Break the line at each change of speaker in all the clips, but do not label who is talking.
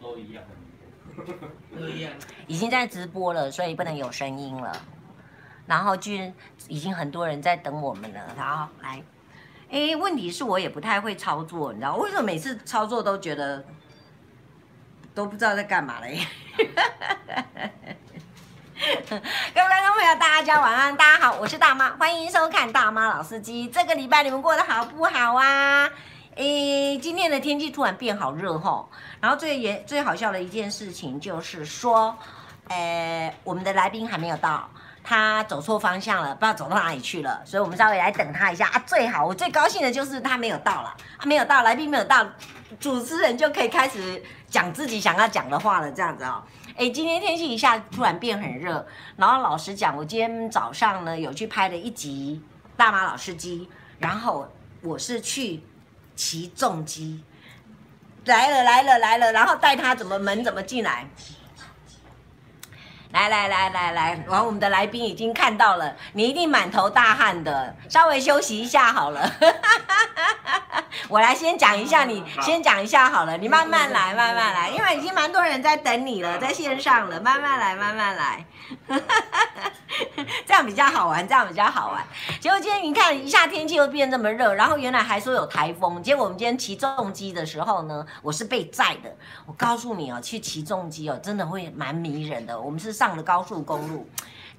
都一样，
都一样。
已经在直播了，所以不能有声音了。然后居已经很多人在等我们了，然后来，哎，问题是我也不太会操作，你知道为什么每次操作都觉得都不知道在干嘛嘞？ 各位观众朋友，大家晚安，大家好，我是大妈，欢迎收看《大妈老司机》。这个礼拜你们过得好不好啊？诶，今天的天气突然变好热吼，然后最也最好笑的一件事情就是说，诶，呃我们的来宾还没有到，他走错方向了，不知道走到哪里去了，所以我们稍微来等他一下啊。最好，我最高兴的就是他没有到了，他没有到，来宾没有到，主持人就可以开始讲自己想要讲的话了，这样子哦。哎，今天天气一下突然变很热，然后老实讲，我今天早上呢有去拍了一集《大马老司机》，然后我是去骑重机，来了来了来了，然后带他怎么门怎么进来。来来来来来，然后我们的来宾已经看到了，你一定满头大汗的，稍微休息一下好了。 我来先讲一下你，
好
先讲一下好了，你慢慢来，慢慢来，因为已经蛮多人在等你了，在线上了，慢慢来，慢慢来， 这样比较好玩，这样比较好玩。结果今天你看一下天气又变这么热，然后原来还说有台风，结果我们今天骑重机的时候呢，我是被载的，我告诉你哦，去骑重机哦，真的会蛮迷人的。我们是上了高速公路，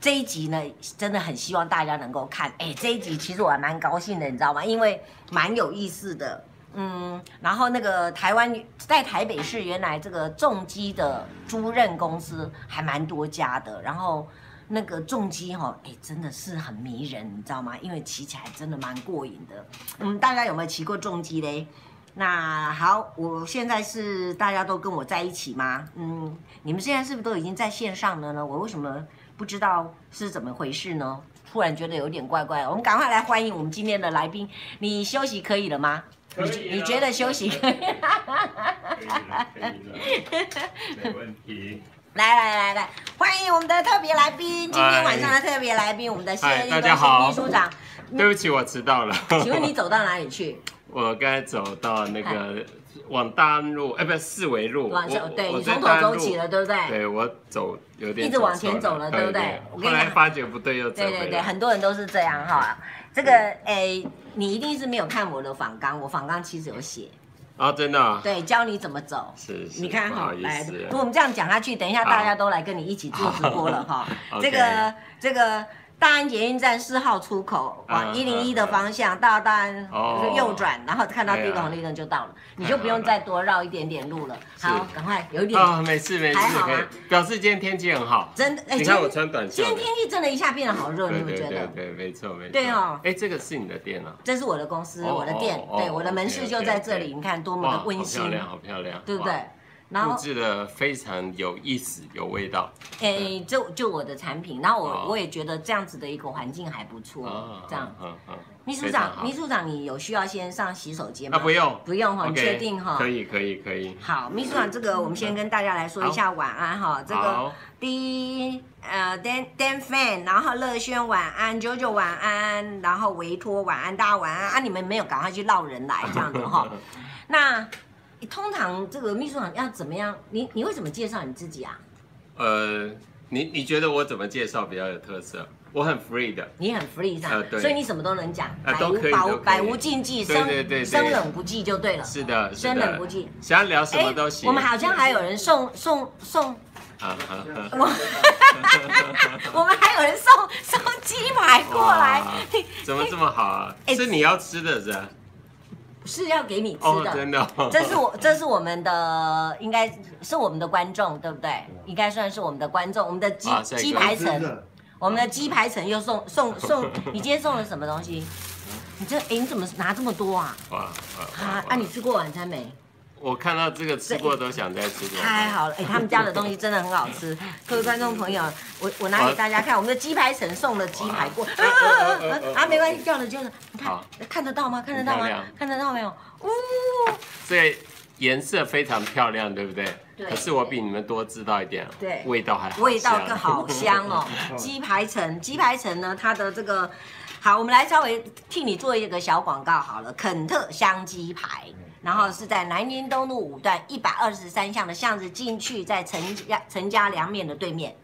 这一集呢，真的很希望大家能够看。哎，这一集其实我还蛮高兴的，你知道吗？因为蛮有意思的。嗯，然后那个台湾在台北市原来这个重机的租赁公司还蛮多家的，然后那个重机哈、哦，哎，真的是很迷人，你知道吗？因为骑起来真的蛮过瘾的。嗯，大家有没有骑过重机嘞？那好，我现在是大家都跟我在一起吗？嗯，你们现在是不是都已经在线上了呢？我为什么不知道是怎么回事呢？突然觉得有点怪怪。我们赶快来欢迎我们今天的来宾。你休息可以了吗？
可以啊
你觉得休息
可以
啊
了，可以了，没问 题。
来来来来，欢迎我们的特别来宾，今天晚上的特别来宾，我们的
嗨
现
大
任
家好
秘书长。
对不起，我迟到了。
请问你走到哪里去？
我刚才走到那个往大安路，哎，不是四维路。
晚
我
上，对
我
你
在
从头
大安
走
路
起了，对不对？
对我走有点
一直往前走了对不对我跟你
后来
讲
发觉不对，又走
对对
回
对，
来。
很多人都是这样哈。这个诶，你一定是没有看我的访纲，我访纲其实有写，
哦，真的啊。
对，教你怎么走。
是是。
你看
不
哈
好，意
来，
思
如果我们这样讲下去，等一下
好
大家都来跟你一起做直播了哈。这
OK
个这个大安捷运站四号出口往
嗯
一零一的方向到大安
哦
就是右转，然后看到
哎呀
第一个红绿灯就到了，你
太
就
好
不用
了
再多绕一点点路了。
嗯是
好，赶快有一点
啊，没事没事
还，好
可
吗
以。表示今天天气很好。
真的，哎，
你
今
看我
天
穿短袖
今
的。
天天气真的一下变得好热，你
对
们
对
觉
对
得？
对，没错没错。
对哦
哎，这个是你的店啊。
这是我的公司，
哦
我的店
哦，哦
对，
哦
我的门市
OK，OK，
就在这里，
OK
你看多么哦
哇，
的
好
温
漂
馨，
亮，好漂亮，
对不
哇
对？？然
布
后，
置的非常有意思，有味道。
诶，哎就就我的产品，然后我
哦
我也觉得这样子的一个环境还不错
啊，，
这样。
嗯，嗯嗯，
秘书
非常
长，
好
秘书长，你有需要先上洗手间吗？
啊，不，用，
不用哈，
OK，
你确定哈
可？以，可以，可以。
好，秘书长，这个我们先跟大家来说一下晚安哈，这个。
好，
第一，呃，Dan Dan Fan，然后乐轩晚安，JoJo 晚安，然后维托晚安，大家晚安啊！你们没有赶快去闹人来这样子 哈。那通常这个秘书长要怎么样？你你会怎么介绍你自己啊？
呃，你你觉得我怎么介绍比较有特色？我很 free 的，
你很 free 这样，
呃对
所以你什么都能讲，
呃
百
都
无
可以
百
都
无
可以
百无禁忌，
对
生
对对对
生冷不忌就对了。
是的，是
生冷
的
不，忌。
想要聊什么都行。
我们好像还有人送送送，
啊哈哈
我我们还有人送送鸡排过来，
哇怎么这么好啊？
哎
是你要吃的是吧？
是要给你吃
哦，
的。
真的哦，
这是我，这是我们的，应该是我们的观众，对不对？应该算是我们的观众，我们的鸡
哇塞
鸡排
真
城，
的，
我们的鸡排城又送送送，你今天送了什么东西？你这哎，你怎么拿这么多啊？
哇
啊
哇
啊！
哇
你！吃过晚餐没？
我看到这个吃过都想再吃过。
太好了，哎，他们家的东西真的很好吃。各位观众朋友，我我拿给大家看，我们的鸡排城送了鸡排过，啊啊啊啊啊啊！没关系，掉了就是，你看
好
看得到吗？看得到吗
很漂亮？
看得到没有？呜！
这颜色非常漂亮，对不对？
对
可是我比你们多知道一点，
对
味道还好
味道更
香
好香哦。鸡排城，鸡排城呢，它的这个好，我们来稍微替你做一个小广告好了。肯特香鸡排，然后是在南京东路五段一百二十三巷的巷子进去，在陈家陈家凉面的对面。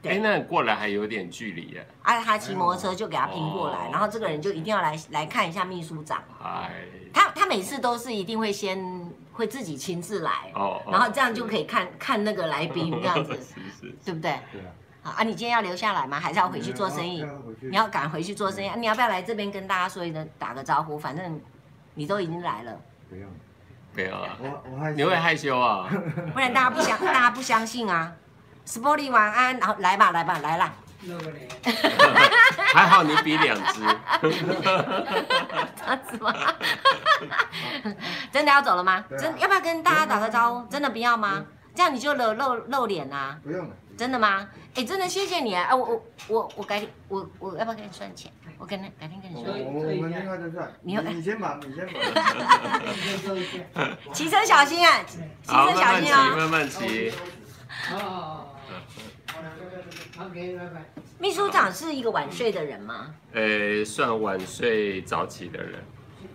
对
哎，那过来还有点距离耶。
啊，他骑摩托车就给他拼过来，
哦
然后这个人就一定要来来看一下秘书长。
哎，
他他每次都是一定会先会自己亲自来，
哦，
然后这样就可
以
以看看那个来宾这样子，
是是。
对不对？
对啊，
好啊，你今天要留下来吗？还是要回去做生
嗯
意？你要赶回去做生意，啊你要不要来这边跟大家说一声打个招呼？反正你都已经来了，
不用，
没有啊，
我我还
你会害 羞啊？
不然大家不相大家不相信啊。s p o r t y 晚安，然后来吧来吧来啦，
露个脸，
还好你比两只，
这样子吗？真的要走了吗？
对啊
真要不要跟大家打个招呼？
嗯
真的不要吗？这样你就露露露脸啊。
不用了，
真的吗？哎，真的谢谢你啊！啊我我我我改天我我要不要给你算钱？我跟他改天跟你
我
算。
我我们另外再算，
你
你
要
你先忙，你先忙，
你就做一下。
骑车小心啊！骑
好，
车小
慢
心
慢骑，
哦！
慢慢骑。
哦，OK，拜拜。
秘书长是一个晚睡的人吗？
呃，算晚睡早起的人，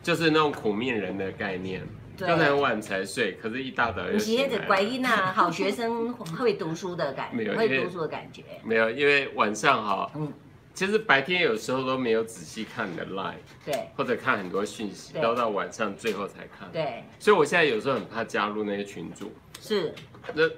就是那种苦命人的概念，就
对
是很晚才睡，可是一大早
你
又
是那
醒
个
来
乖
了。
囡呐，啊好学生会读书的感
哎没有
觉，
因
会
为
读书的感觉。
没有，因为晚上哈，
嗯
其实白天有时候都没有仔细看你的 line，
对
或者看很多讯息，
对
都到晚上最后才看。
对，
所以我现在有时候很怕加入那些群组，
是
那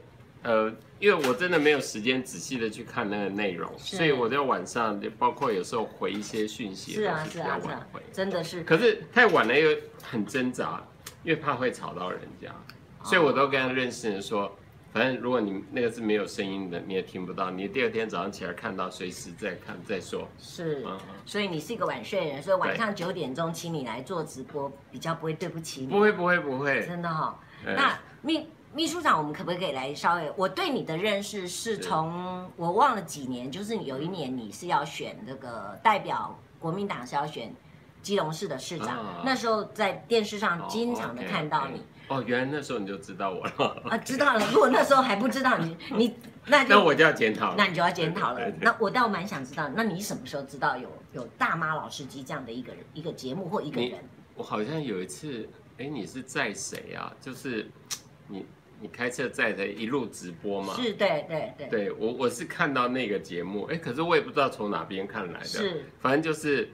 呃，因为我真的没有时间仔细的去看那个内容，
是
所以我在晚上就包括有时候回一些讯息，
是啊
都
是
比较
啊是
晚
啊
回。，
真的是。
可是太晚了又很挣扎，因为怕会吵到人家，
哦
所以我都跟认识人说，反正如果你那个是没有声音的，你也听不到，你第二天早上起来看到，随时再看再说。
是
嗯，
所以你是一个晚睡人，所以晚上九点钟请你来做直播，比较不会对不起
不
你，
会不会不会，
真的哈、
呃
那秘秘书长，我们可不可以来稍微？我对你的认识是从我忘了几年，就是有一年你是要选这个代表国民党是要选基隆市的市长，
啊
那时候在电视上
哦
经常的
OK，
看到
OK
你、
哦，原来那时候你就知道我了，
啊，知道了。如果那时候还不知道你，你那就
那我就要检讨了。
那你就要检讨了。
对对对
那我倒蛮想知道，那你什么时候知道有有大妈老司机这样的一个人一个节目或一个
你
人？
我好像有一次，哎，你是载谁啊？就是你你开车载着一路直播嘛？
是，对对对，
对我我是看到那个节目，哎，可是我也不知道从哪边看来的，
是。
反正就是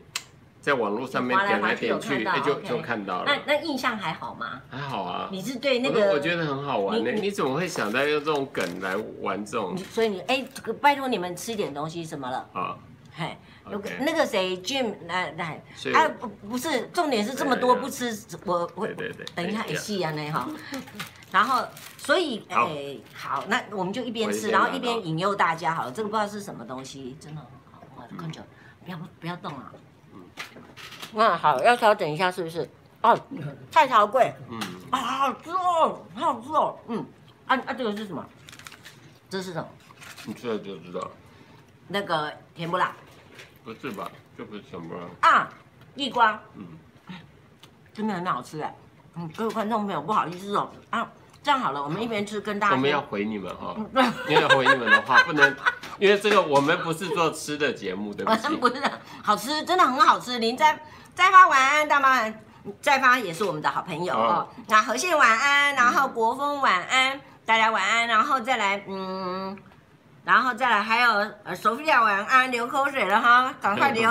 在网络上面
划来
点
划
来
去
点去，
有看到
哎，就
OK
就看到
那
了，
那印象还好吗？
还好啊。
你是对那
我都
个
我觉得很好玩呢，
你你
你怎么会想到用这种梗来玩这种
你所以你哎、这个拜托你们吃点东西什么了？
啊？
嘿，有个
OK
那个谁 Jim 来来，
所以
啊不不是，重点是这么多
对对
不吃，我我
对对对
等一下
哎
一
呀
细啊那哈， 然后所以哎、
哎好
好，那我们就一边
我
吃，
先
然后
拿
一边
到
引诱大家好了，这个不知道是什么东西，真的我的看着，不要不要动啊，那好要调整一下是不是？哦，太桃贵。
嗯，
啊，好好吃哦，好好吃哦，嗯，啊啊，这个是什么？这是什么？
你吃了就知道，
那个甜不辣
不是吧？这不是什么？
啊，地瓜，
嗯，
真的很好吃哎，嗯，各位观众朋友不好意思哦，啊，这样好了，我们一边吃跟大家
我们
先
要回你们哈。
嗯对，
因为回你们的话，不能，因为这个我们不是做吃的节目，对
我
不
真
起。
不是好吃，真的很好吃，林再再发晚安，大妈晚安。再发也是我们的好朋友哦
好，
那何宪晚安，然后国风晚安，大家晚安，然后再来嗯，然后再来还有呃手菲亚晚安，流口水了哈，赶快 流，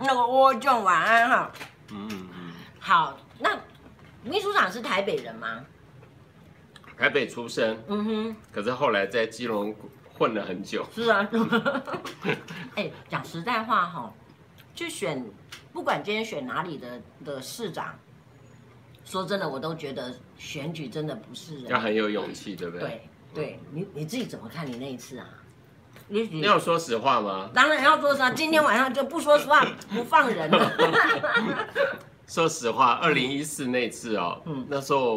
那个窝就晚安哈。
嗯嗯嗯。
好，那秘书长是台北人吗？
台北出生，
嗯哼，
可是后来在基隆混了很久。
是啊。 哎、讲实在话哈、去选，不管今天选哪里的的市长，说真的，我都觉得选举真的不是
要嗯
人。
很有勇气，对不对？
对对，你你自己怎么看你那一次啊？也许
要说实话吗？
当然要说实话，今天晚上就不说实话，不放人了。
说实话，二零一四那次哦，
嗯
那时候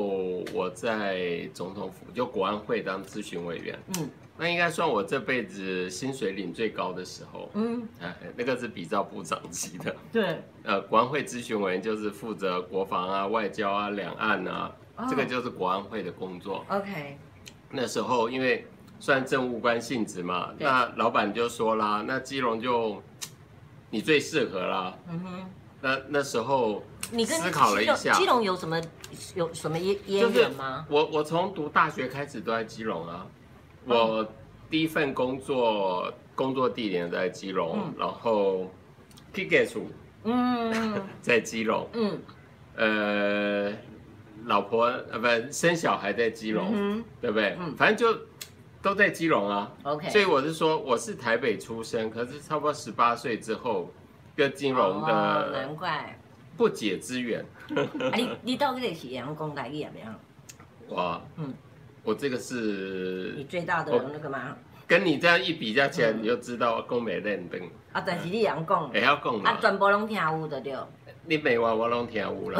我在总统府，就国安会当咨询委员，
嗯
那应该算我这辈子薪水领最高的时候。
嗯，
哎，那个是比照部长级的。
对，
呃，国安会咨询委员就是负责国防啊、外交啊、两岸啊，
哦
这个就是国安会的工作。
OK，
那时候因为算政务官性质嘛，
对
那老板就说啦，那基隆就你最适合啦。
嗯哼，
那那时候
你跟
思考了一
基
下
隆基隆有什么有什么渊
就
渊
是
源吗？
我我从读大学开始都在基隆啊，
哦
我第一份工作工作地点在基隆，
嗯
然后 p i k e t
嗯
在基隆，
嗯，
呃，老婆呃不生小孩在基隆，
嗯
对不对？
嗯
反正就都在基隆啊。
OK
所以我是说，我是台北出生，可是差不多十八岁之后，跟金融
哦难
的
怪。
不解之缘。
啊，你你到底是阳光台语怎么
嗯
样？
哇，
嗯
我这个
你
是
最大的
我
那个吗？
跟你这样一比较起
嗯
来，你就知道宫美认登
啊，但是你阳光
也，要供
啊，
了。
全部拢听有的对了。
你美娃我拢听有啦，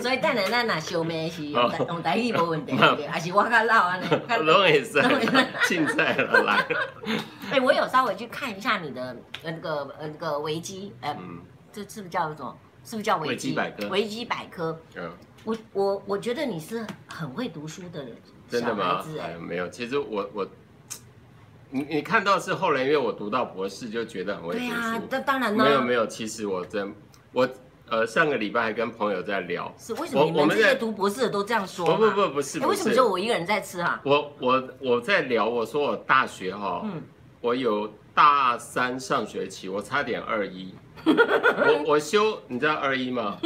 所以等下咱若小妹是用台
好
用台语无问 题对不对，还是我较老啊安尼。较
拢会使，凊彩 了来。
哎、我有稍微去看一下你的呃那个呃那个维基，呃，
嗯
这是不是叫什么？是不是叫维基
维基百科
维基百科，
嗯。
我我我觉得你是很会读书的
真的
小孩
吗
子？
哎
哎，
没有，其实我我，你你看到是后来，因为我读到博士就觉得很会读
对
书。
啊，那当然啦、
没有没有，其实我真我呃上个礼拜还跟朋友在聊，
是为什么
我
你们
我们
这些
在
读博士的都这样说
不
嘛？
不不不是
哎
不
为什么
是
只，有我一个人在吃啊？
我我我在聊，我说我大学哈、
嗯，
我有大三上学期，我差点 二一。我我修，你知道二一吗？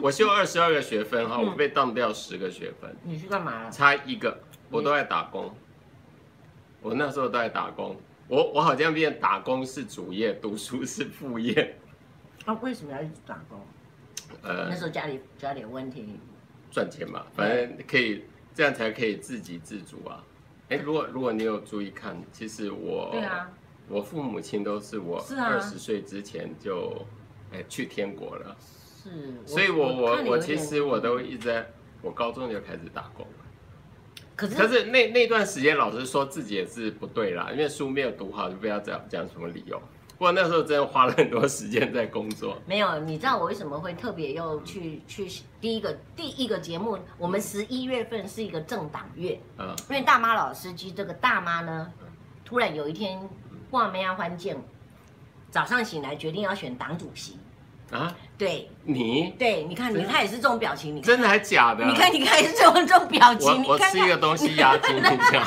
我修二十二个学分
嗯
哈，我被当掉十个学分。
你去干嘛了？
差一个，我都在打工。我那时候都在打工，我我好像变打工是主业，读书是副业。
啊，为什么要一直打工？
呃
那，时候家里家里有问题，
赚钱嘛，反正可以这样才可以自给自足啊。哎，如果如果你有注意看，其实我
对啊，
我父母亲都是我
是啊
二十岁之前就哎去天国了，
是，
所以我我
看你
我
有
其
点
实我都一直在，我高中就开始打工了。
可是
可是那那段时间，老师说自己也是不对啦，因为书没有读好，就不要讲讲什么理由。不过那时候真的花了很多时间在工作。
没有，你知道我为什么会特别又去去第一个第一个节目？我们十一月份是一个政党月，
嗯
因为大妈老司机这个大妈呢，突然有一天挂梅亚欢见，早上醒来决定要选党主席。
啊，
对
你
对，你看你
真的
他也是这种表情，你看
真的还假的？
你看你看也是这种这种表情，
我
你
我
看
吃一个
看
东西压惊一下。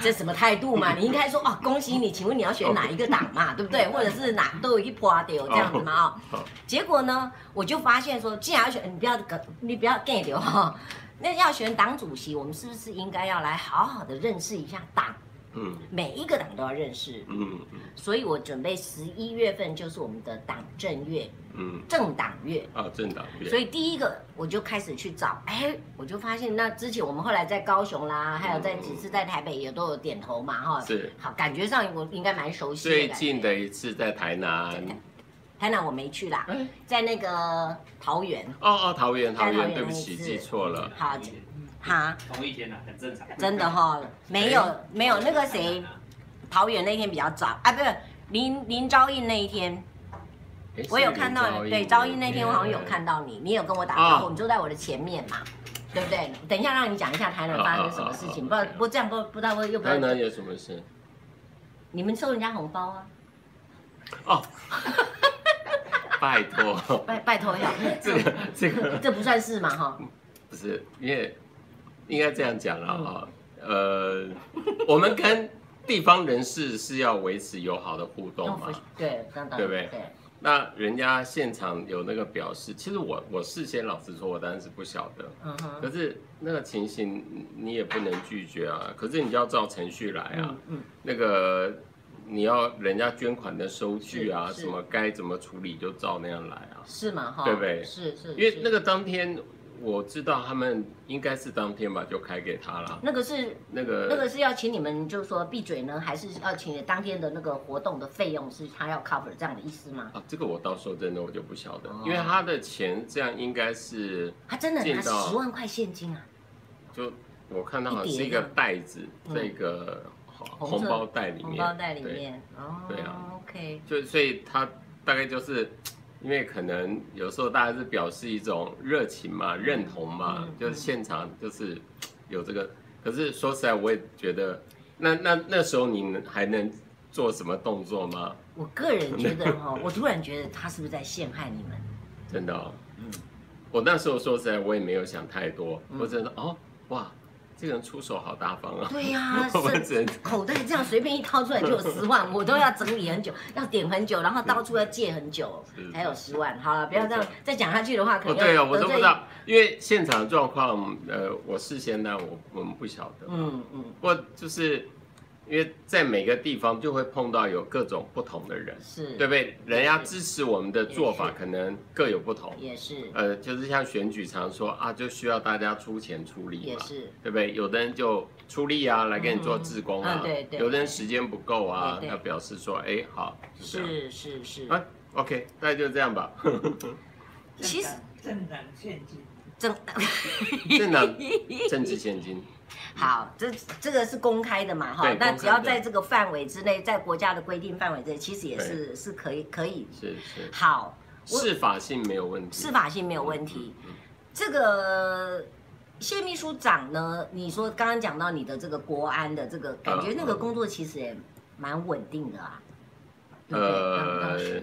这什么态度嘛？你应该说哦，恭喜你，请问你要选哪一个党嘛？对不对？或者是哪都有一泼掉这样子嘛啊、
好，
结果呢，我就发现说，既然要选，你不要跟，你不要 gay 流哈。那要选党主席，我们是不是应该要来好好的认识一下党？
嗯
每一个党都要认识。
嗯嗯
所以我准备十一月份就是我们的党政月、
嗯，
政党月。
啊，政党月。
所以第一个我就开始去找，哎，我就发现那之前我们后来在高雄啦，还有在几次在台北也都有点头嘛，哈。
是
好，感觉上我应该蛮熟悉的
最
哦感觉。
近的一次在台南，
台南我没去啦，
哎
在那个桃园。
哦哦，桃园
在
桃
桃园
园，对不起，
那一次
记错了。
好，哈，
同一天啊，很正常。
嗯
真的哈、
哎
没有没有那个谁，桃园那天比较早啊，不是林林昭应那一天，
哎
我有
是
看到
林
对昭应那天我好像有看到你，你有跟我打招呼，
啊
你就在我的前面嘛，对不对？等一下让你讲一下台南发生什么事情，不
啊啊啊啊
知道不这样不不知道会又不
台
要
南有什么事？
你们收人家红包啊，
哦，拜托，
拜拜托一 下，
这个这个。
这不算事嘛哈，
不是，因为应该这样讲了啊、呃，我们跟地方人士是要维持友好的互动
哦
嘛。
对，这样当然
对不对
对，
那人家现场有那个表示，其实我我事先老实说，我当然是不晓得。
嗯哼，
可是那个情形你你也不能拒绝啊，可是你就要照程序来啊。
嗯嗯，
那个你要人家捐款的收据啊，
是是
什么该怎么处理就照那样来啊。
是嘛哈，
对不对
是是，
因为
是
那个当天我知道他们应该是当天吧，就开给他了。
那个是
那个
那个是要请你们就是说闭嘴呢，还是要请你当天的那个活动的费用是他要 cover 这样的意思吗？
啊，这个我到时候真的我就不晓得，
哦
因为他的钱这样应该是
他啊真的拿
见到
十万块现金啊！
就我看到好
一
像
叠
是一
这
个
样
袋子，
嗯
这个红
红色
红包袋里面，
红包袋里
对，
面哦，
对啊
，OK，
就所以他大概就是。因为可能有时候大家是表示一种热情嘛、认同嘛，
嗯
就是现场就是有这个。可是说实在，我也觉得，那那那时候你能还能做什么动作吗？
我个人觉得哈，我突然觉得他是不是在陷害你们？
真的、哦。
嗯，
我那时候说实在，我也没有想太多，
嗯
我真的哦，哇，这个人出手好大方啊！
对呀、
我们
是
只能
口袋这样随便一掏出来就有十万，我都要整理很久，要点很久，然后到处要借很久
是，
才有十万。好了，不要这样
没错
再讲下去的话，可
哦，
能
对
要
哦，我
得
都不
罪
知。道，因为现场状况，呃，我事先呢，我我们不晓得。
嗯嗯，
不过就是因为在每个地方就会碰到有各种不同的人，
是，
对不对？人家支持我们的做法
也
可能各有不同。
也是
呃，就是像选举常说啊，就需要大家出钱出力
也
嘛，
是，
啊对不对？有的人就出力啊，来给你做志工啊，
嗯嗯对对
有的人时间不够啊，
对对
他表示说，哎，好，就这样。
是是是，
啊，OK，大概就这样吧。
其实
政党现金，
真
政党政治现金，
好，这这个是公开的嘛哈
对，
那
公开
只要
的
在这个范围之内，在国家的规定范围之内，其实也是是可以可以
是是。
好，我
是法性没有问题，
司法性没有问题。
嗯。嗯
这个谢秘书长呢，你说刚刚讲到你的这个国安的这个感觉，
嗯
那个工作其实也蛮稳定的啊。对不对当时
呃，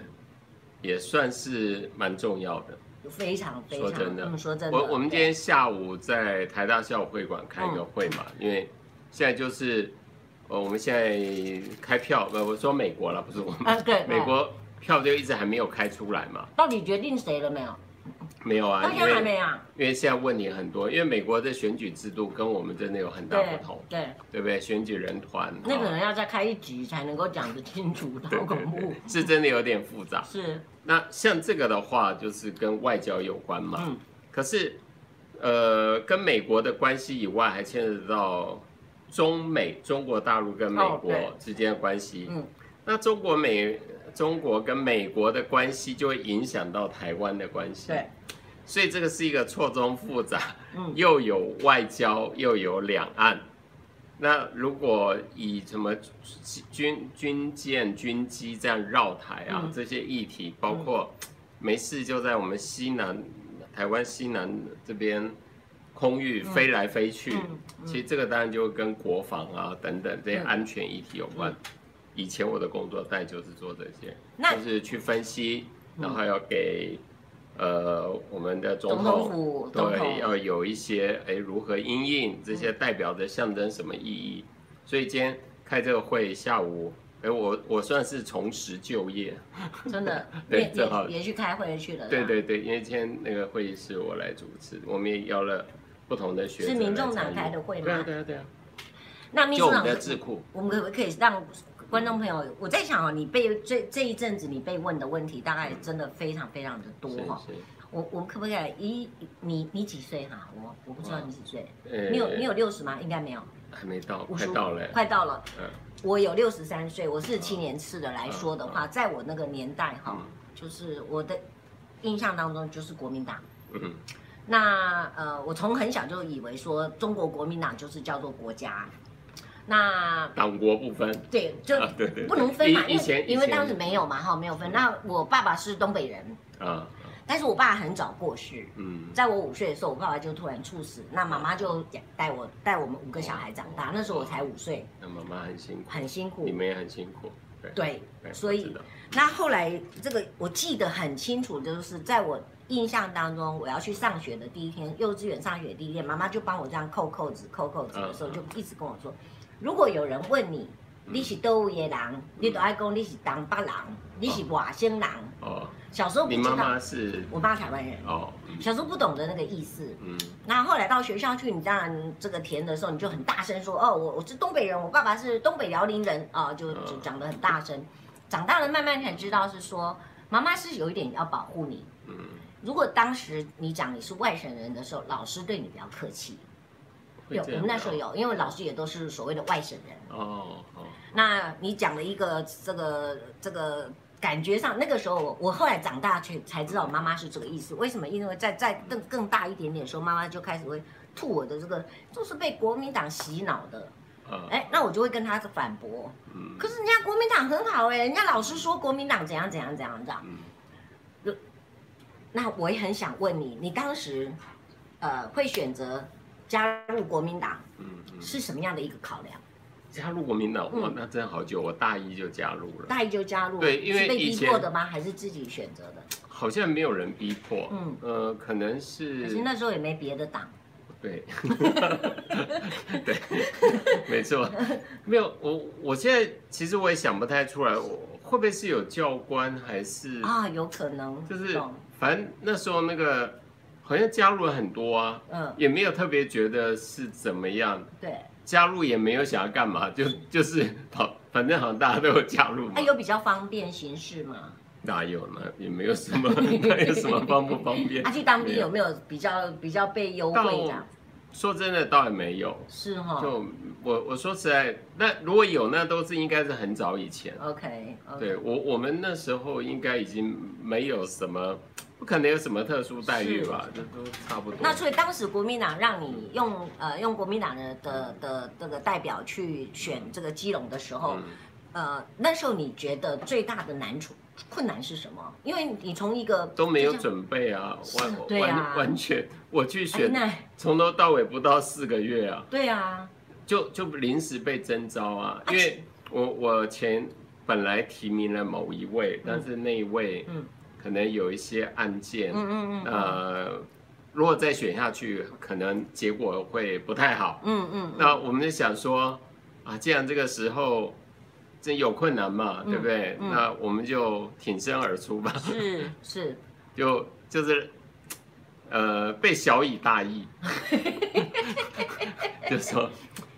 也算是蛮重要的。
非常非
说
常，
真的
嗯，说真的，
我我们今
对嗯
天下午在台大校友会馆开一个会嘛，因为现在就是，呃，我们现在开票，呃，我说美国了，不是我们，
啊对，
美
哎
国票就一直还没有开出来嘛，
到底决定谁了没有？
没有啊，
到
因
现在还
为
没啊？
因为现在问题很多，因为美国的选举制度跟我们真的有很大
对
不同，
对，
对不对？选举人团
那可
哦
能要再开一局才能够讲得清楚，
对
好
对
恐怖
对，，是真的有点复杂。
是，
那像这个的话，就是跟外交有关嘛。
嗯
可是，呃，跟美国的关系以外，还牵扯到中美、中国大陆跟美
哦
国
对
之间的关系。
嗯，
那中国美、中国跟美国的关系就会影响到台湾的关系。
对，
所以这个是一个错综复杂，
嗯
又有外交，又有两岸。那如果以什么军军舰、军机这样绕台啊，
嗯
这些议题，包括没事就在我们西南、台湾西南这边空域飞来飞去，
嗯
其实这个当然就跟国防啊等等这些安全议题有
嗯
关。以前我的工作带就是做这些，
那嗯
就是去分析，然后要给、呃我们的总
总统
统
府总
对
统
要有一些哎如何因应这些代表的象征什么意义。所以今天开这个会下午，哎我我算是重拾就业，
真的
对
也
正好
也也去开会去了，
对，对对，因为今天那个会议是我来主持，我们也邀了不同的学者
是民众
来参
党
与
开的会
对啊
吗？
对啊对啊，
那秘
就
书
我们
长
的智库。
我们可不可以让观众朋友，我在想哦，你被这这一阵子你被问的问题，大概真的非常非常的多
是
哈、
是，
我我们可不可以来一你你几岁哈、我我不知道你几岁，
呃
你有你有六十吗？应该没有，
还没到，
五
快
十
到了，
快到了。
嗯
我有六十三岁，我是七年次的来说的话，在我那个年代哈、
嗯
就是我的印象当中就是国民党。
嗯，
那呃，我从很小就以为说中国国民党就是叫做国家，那
党国不分，
对就
啊对对对
不能分嘛，
以
因
以前
为
以前
因为当时没有嘛哈，没有分。
嗯
那我爸爸是东北人，
啊，
但是我爸很早过世，
嗯，
在我五岁的时候，我爸爸就突然猝死，那妈妈就带我带我们五个小孩长大，那时候我才五岁，
那妈妈很辛苦，
很辛苦
你。们也很辛苦，对
对，
对
所以
我知道
那后来这个我记得很清楚，就是在我印象当中，我要去上学的第一天，幼稚园上学第一天，妈妈就帮我这样扣扣子、扣扣子的时候，
嗯
就一直跟我说，如果有人问你。你是都位的人，你都爱讲你是东北人，你是外省人。
哦，
小时候不
你
知
妈
道
妈，是
我妈台湾人，
哦，
小时候不懂得那个意思。
嗯
那后来到学校去，你当然这个填的时候，你就很大声说：“哦，我我是东北人，我爸爸是东北辽宁人啊、就
嗯
就讲得很大声。长大了慢慢才知道是说，妈妈是有一点要保护你。
嗯，
如果当时你讲你是外省人的时候，老师对你比较客气。
会
有，
这
我
样哦
们那时候
的
有，因为老师也都是所谓的外省人。
哦，哦，
那你讲了一个这个这个感觉上，那个时候我我后来长大去才知道我妈妈是这个意思。为什么？因为在在更更大一点点的时候，妈妈就开始会吐我的这个，就是被国民党洗脑的。
哦，
哎，那我就会跟他反驳。
嗯
可是人家国民党很好哎、人家老是说国民党怎样怎样怎样怎样。
嗯，
那我也很想问你，你当时呃会选择加入国民党
嗯嗯，
是什么样的一个考量？
加入国民党，哇
嗯，
那真好久，我大一就加入了，
大一就加入，
对因为
是被
以
逼
前
迫的吗？还是自己选择的？
好像没有人逼迫，
嗯
呃，可能
可
是
是那时候也没别的党，
对， 对， 没错，没有我，我现在其实我也想不太出来，我会不会是有教官还是
啊，有可能
就是
懂
反正那时候那个好像加入了很多啊，
嗯，
也没有特别觉得是怎么样，
对，
加入也没有想要干嘛，就就是好，反正好像大家都有加入嘛
哎，，有比较方便行事吗？
哪有呢？也没有什么，哪有什么方不方便
他、？啊去当兵
没有
有没有比较比较被优惠的啊？
说真的，倒也没有。
是哈
就我我说实在，那如果有，那都是应该是很早以前。
，OK，, o k
对我我们那时候应该已经没有什么，不可能有什么特殊待遇吧，这都差不多。
那所以当时国民党让你用呃用国民党的的的这个代表去选这个基隆的时候，
嗯
呃，那时候你觉得最大的难处困难是什么？因为你从一个
都没有
就这样
准备啊，完
对啊
完完全我去
哎
选，
那
从头到尾不到四个月啊，
对啊，
就就临时被征召啊，
啊
因为我我前本来提名了某一位，但是那一位
嗯
可能有一些案件，
嗯嗯嗯嗯
呃，如果再选下去，可能结果会不太好。
嗯嗯，
那我们就想说，啊，既然这个时候真有困难嘛，
嗯
对不对？
嗯
那我们就挺身而出吧，
是是，
就就是，呃，被小以大义， 就说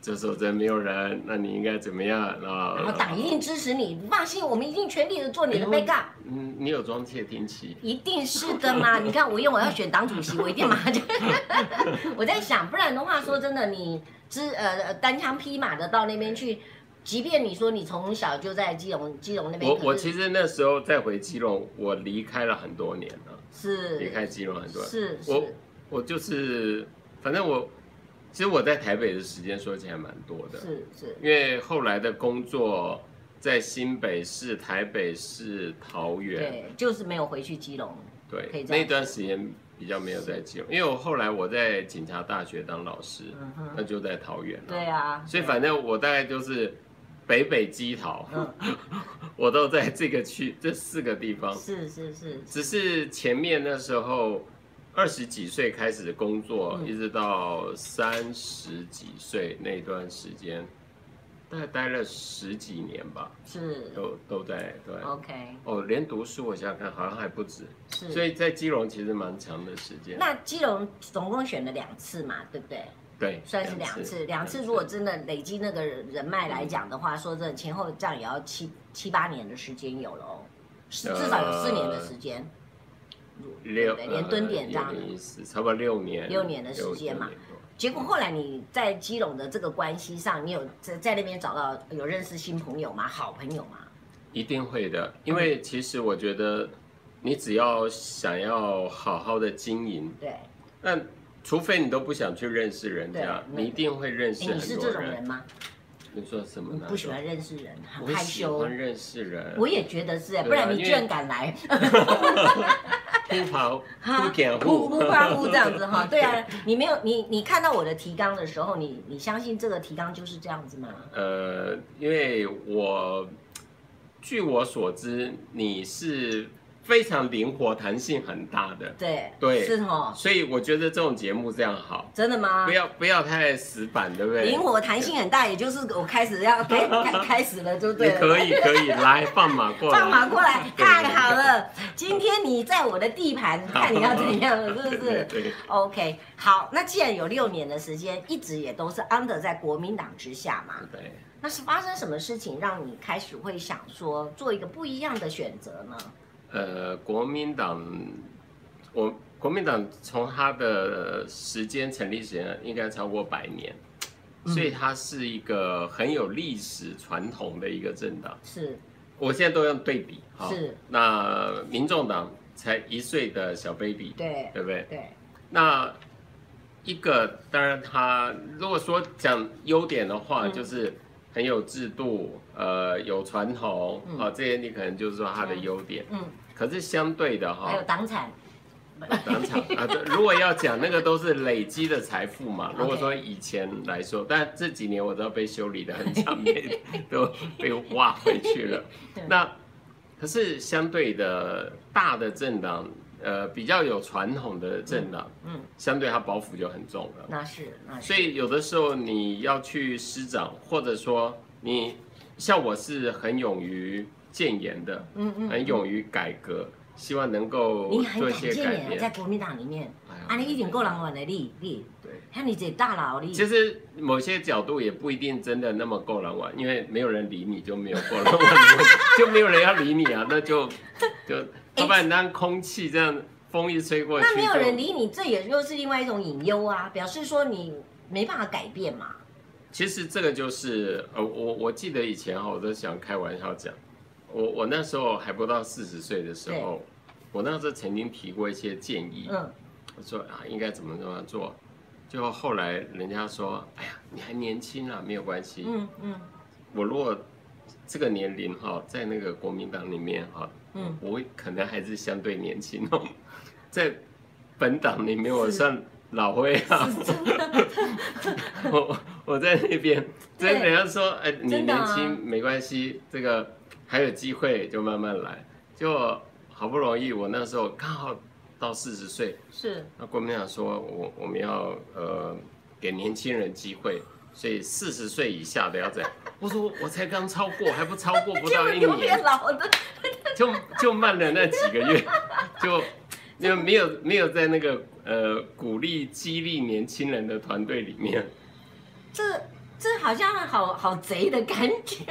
就说真没有人，那你应该怎么样啊？
然后党一定支持你，放心，我们一定全力的做你的 backup。
嗯，你有装窃听器？
一定是的 嘛！你看，我因为我要选党主席，我一定马上就。我在想，不然的话，说真的，你支呃呃单枪匹马的到那边去，即便你说你从小就在基隆基隆那边，
我我其
实
实那时候再回基隆，我离开了很多年了。
是
离开基隆很多人。
是
我
是
我就是，反正我其实我在台北的时间说起来蛮多的，
是是
因为后来的工作在新北市、台北市、桃园，
对，就是没有回去基隆，
对，
可以这样
那段时间比较没有在基隆，因为我后来我在警察大学当老师，
嗯
那
哼，
就在桃园了，
对啊，
所以反正我大概就是。北北基桃，
嗯
我都在这个区这四个地方
是是是
只是前面那时候二十几岁开始工作，
嗯
一直到三十几岁那段时间，大概待了十几年吧，
是
都都在对。
，OK
哦，连读书我想想看，好像还不止，
是。
所以在基隆其实蛮长的时间。
那基隆总共选了两次嘛，对不对？
对，
算是两次，两次如果真的累积那个人脉来讲的话，
嗯
说真的，前后这样也要七七八年的时间有了哦，
呃
是至少有四年的时间，
六
对连蹲点这样
呃有点意思差不多六年，
六年的时间嘛
六年多。
结果后来你在基隆的这个关系上，你有在在那边找到有认识新朋友吗？好朋友吗？
一定会的，因为其实我觉得，你只要想要好好的经营，
对，哎
那除非你都不想去认识人家，
对哎
你一定会认识
你是
很
这
多
种
人。
人吗？
你说什么
你
呢？
不喜欢认识人，很
我
害
喜
羞
欢。认识人，
我也觉得是哎，
对啊
不然你
因为
居然敢来，
不跑
哈
不啊点
呼呼
户。
夸呼这样子 哈，对啊，你没有你你看到我的提纲的时候，你你相信这个提纲就是这样子吗？
呃，因为我据我所知，你是非常灵活、弹性很大的，
对
对
是哦，
所以我觉得这种节目这样好，
真的吗
不？要不要太死板，对不对？
灵活弹性很大，也就是我开始要开 开开始了，就
你
对了。
可以可以来放马过来，
放马过来，
对
太好了！今天你在我的地盘，看你要怎样了，是
对
不
对
是
对，
？OK，好，那既然有六年的时间，一直也都是 under 在国民党之下嘛，
对。
那是发生什么事情让你开始会想说做一个不一样的选择呢？
呃，国民党，我国民党从它的时间成立时间应该超过百年，所以它是一个很有历史传统的一个政党。
是
我现在都用对比，哈
是，
那民众党才一岁的小 baby，
对
对不对？
对，
那一个当然他如果说讲优点的话，
嗯
就是很有制度，呃，有传统，啊、
嗯
这些你可能就是说它的优点。
嗯，
可是相对的
还
哈
有，党产，
当场啊，对如果要讲那个都是累积的财富嘛。如果说以前来说，但这几年我都被修理的很惨被都被挖回去了
对。
那可是相对的大的政党，呃，比较有传统的政党，
嗯，
相对它包袱就很重了。
那是那是，
所以有的时候你要去施长，或者说你像我是很勇于谏言的，
嗯嗯，
很勇于改革，希望能够
你很
做一
敢
些
谏
改
言啊，在
变。
国民党里面，
哎呀
啊，你一定够人玩的，你你，
对。
像你这大佬你，
其实某些角度也不一定真的那么够人玩，因为没有人理你就没有够人玩，就没有人要理你啊，那就 就要不然你当空气这样风一吹过去，
哎那没有
就
人理你，这也又是另外一种隐忧啊，表示说你没办法改变嘛。
其实这个就是呃，我我记得以前哈，我都想开玩笑讲，我我那时候还不到四十岁的时候，我那时候曾经提过一些建议，
嗯，
我说啊应该怎么怎么做，就后来人家说，哎呀你还年轻啊，没有关系，
嗯嗯
我如果这个年龄哈，在那个国民党里面哈，
嗯，
我可能还是相对年轻哦， 在本党里面我算老灰啊， 我我在那边，
对
真的人家说，哎，你
真的
年
啊
轻没关系，这个还有机会，就慢慢来。就好不容易，我那时候刚好到四十岁，
是
那国民党说我我们要呃给年轻人机会，所以四十岁以下的要这样。我说我才刚超过，还不超过不到一
就变
年，
老的，
就就慢了那几个月，就因为没有没有在那个呃鼓励激励年轻人的团队里面，
这这好像好好贼的感 觉。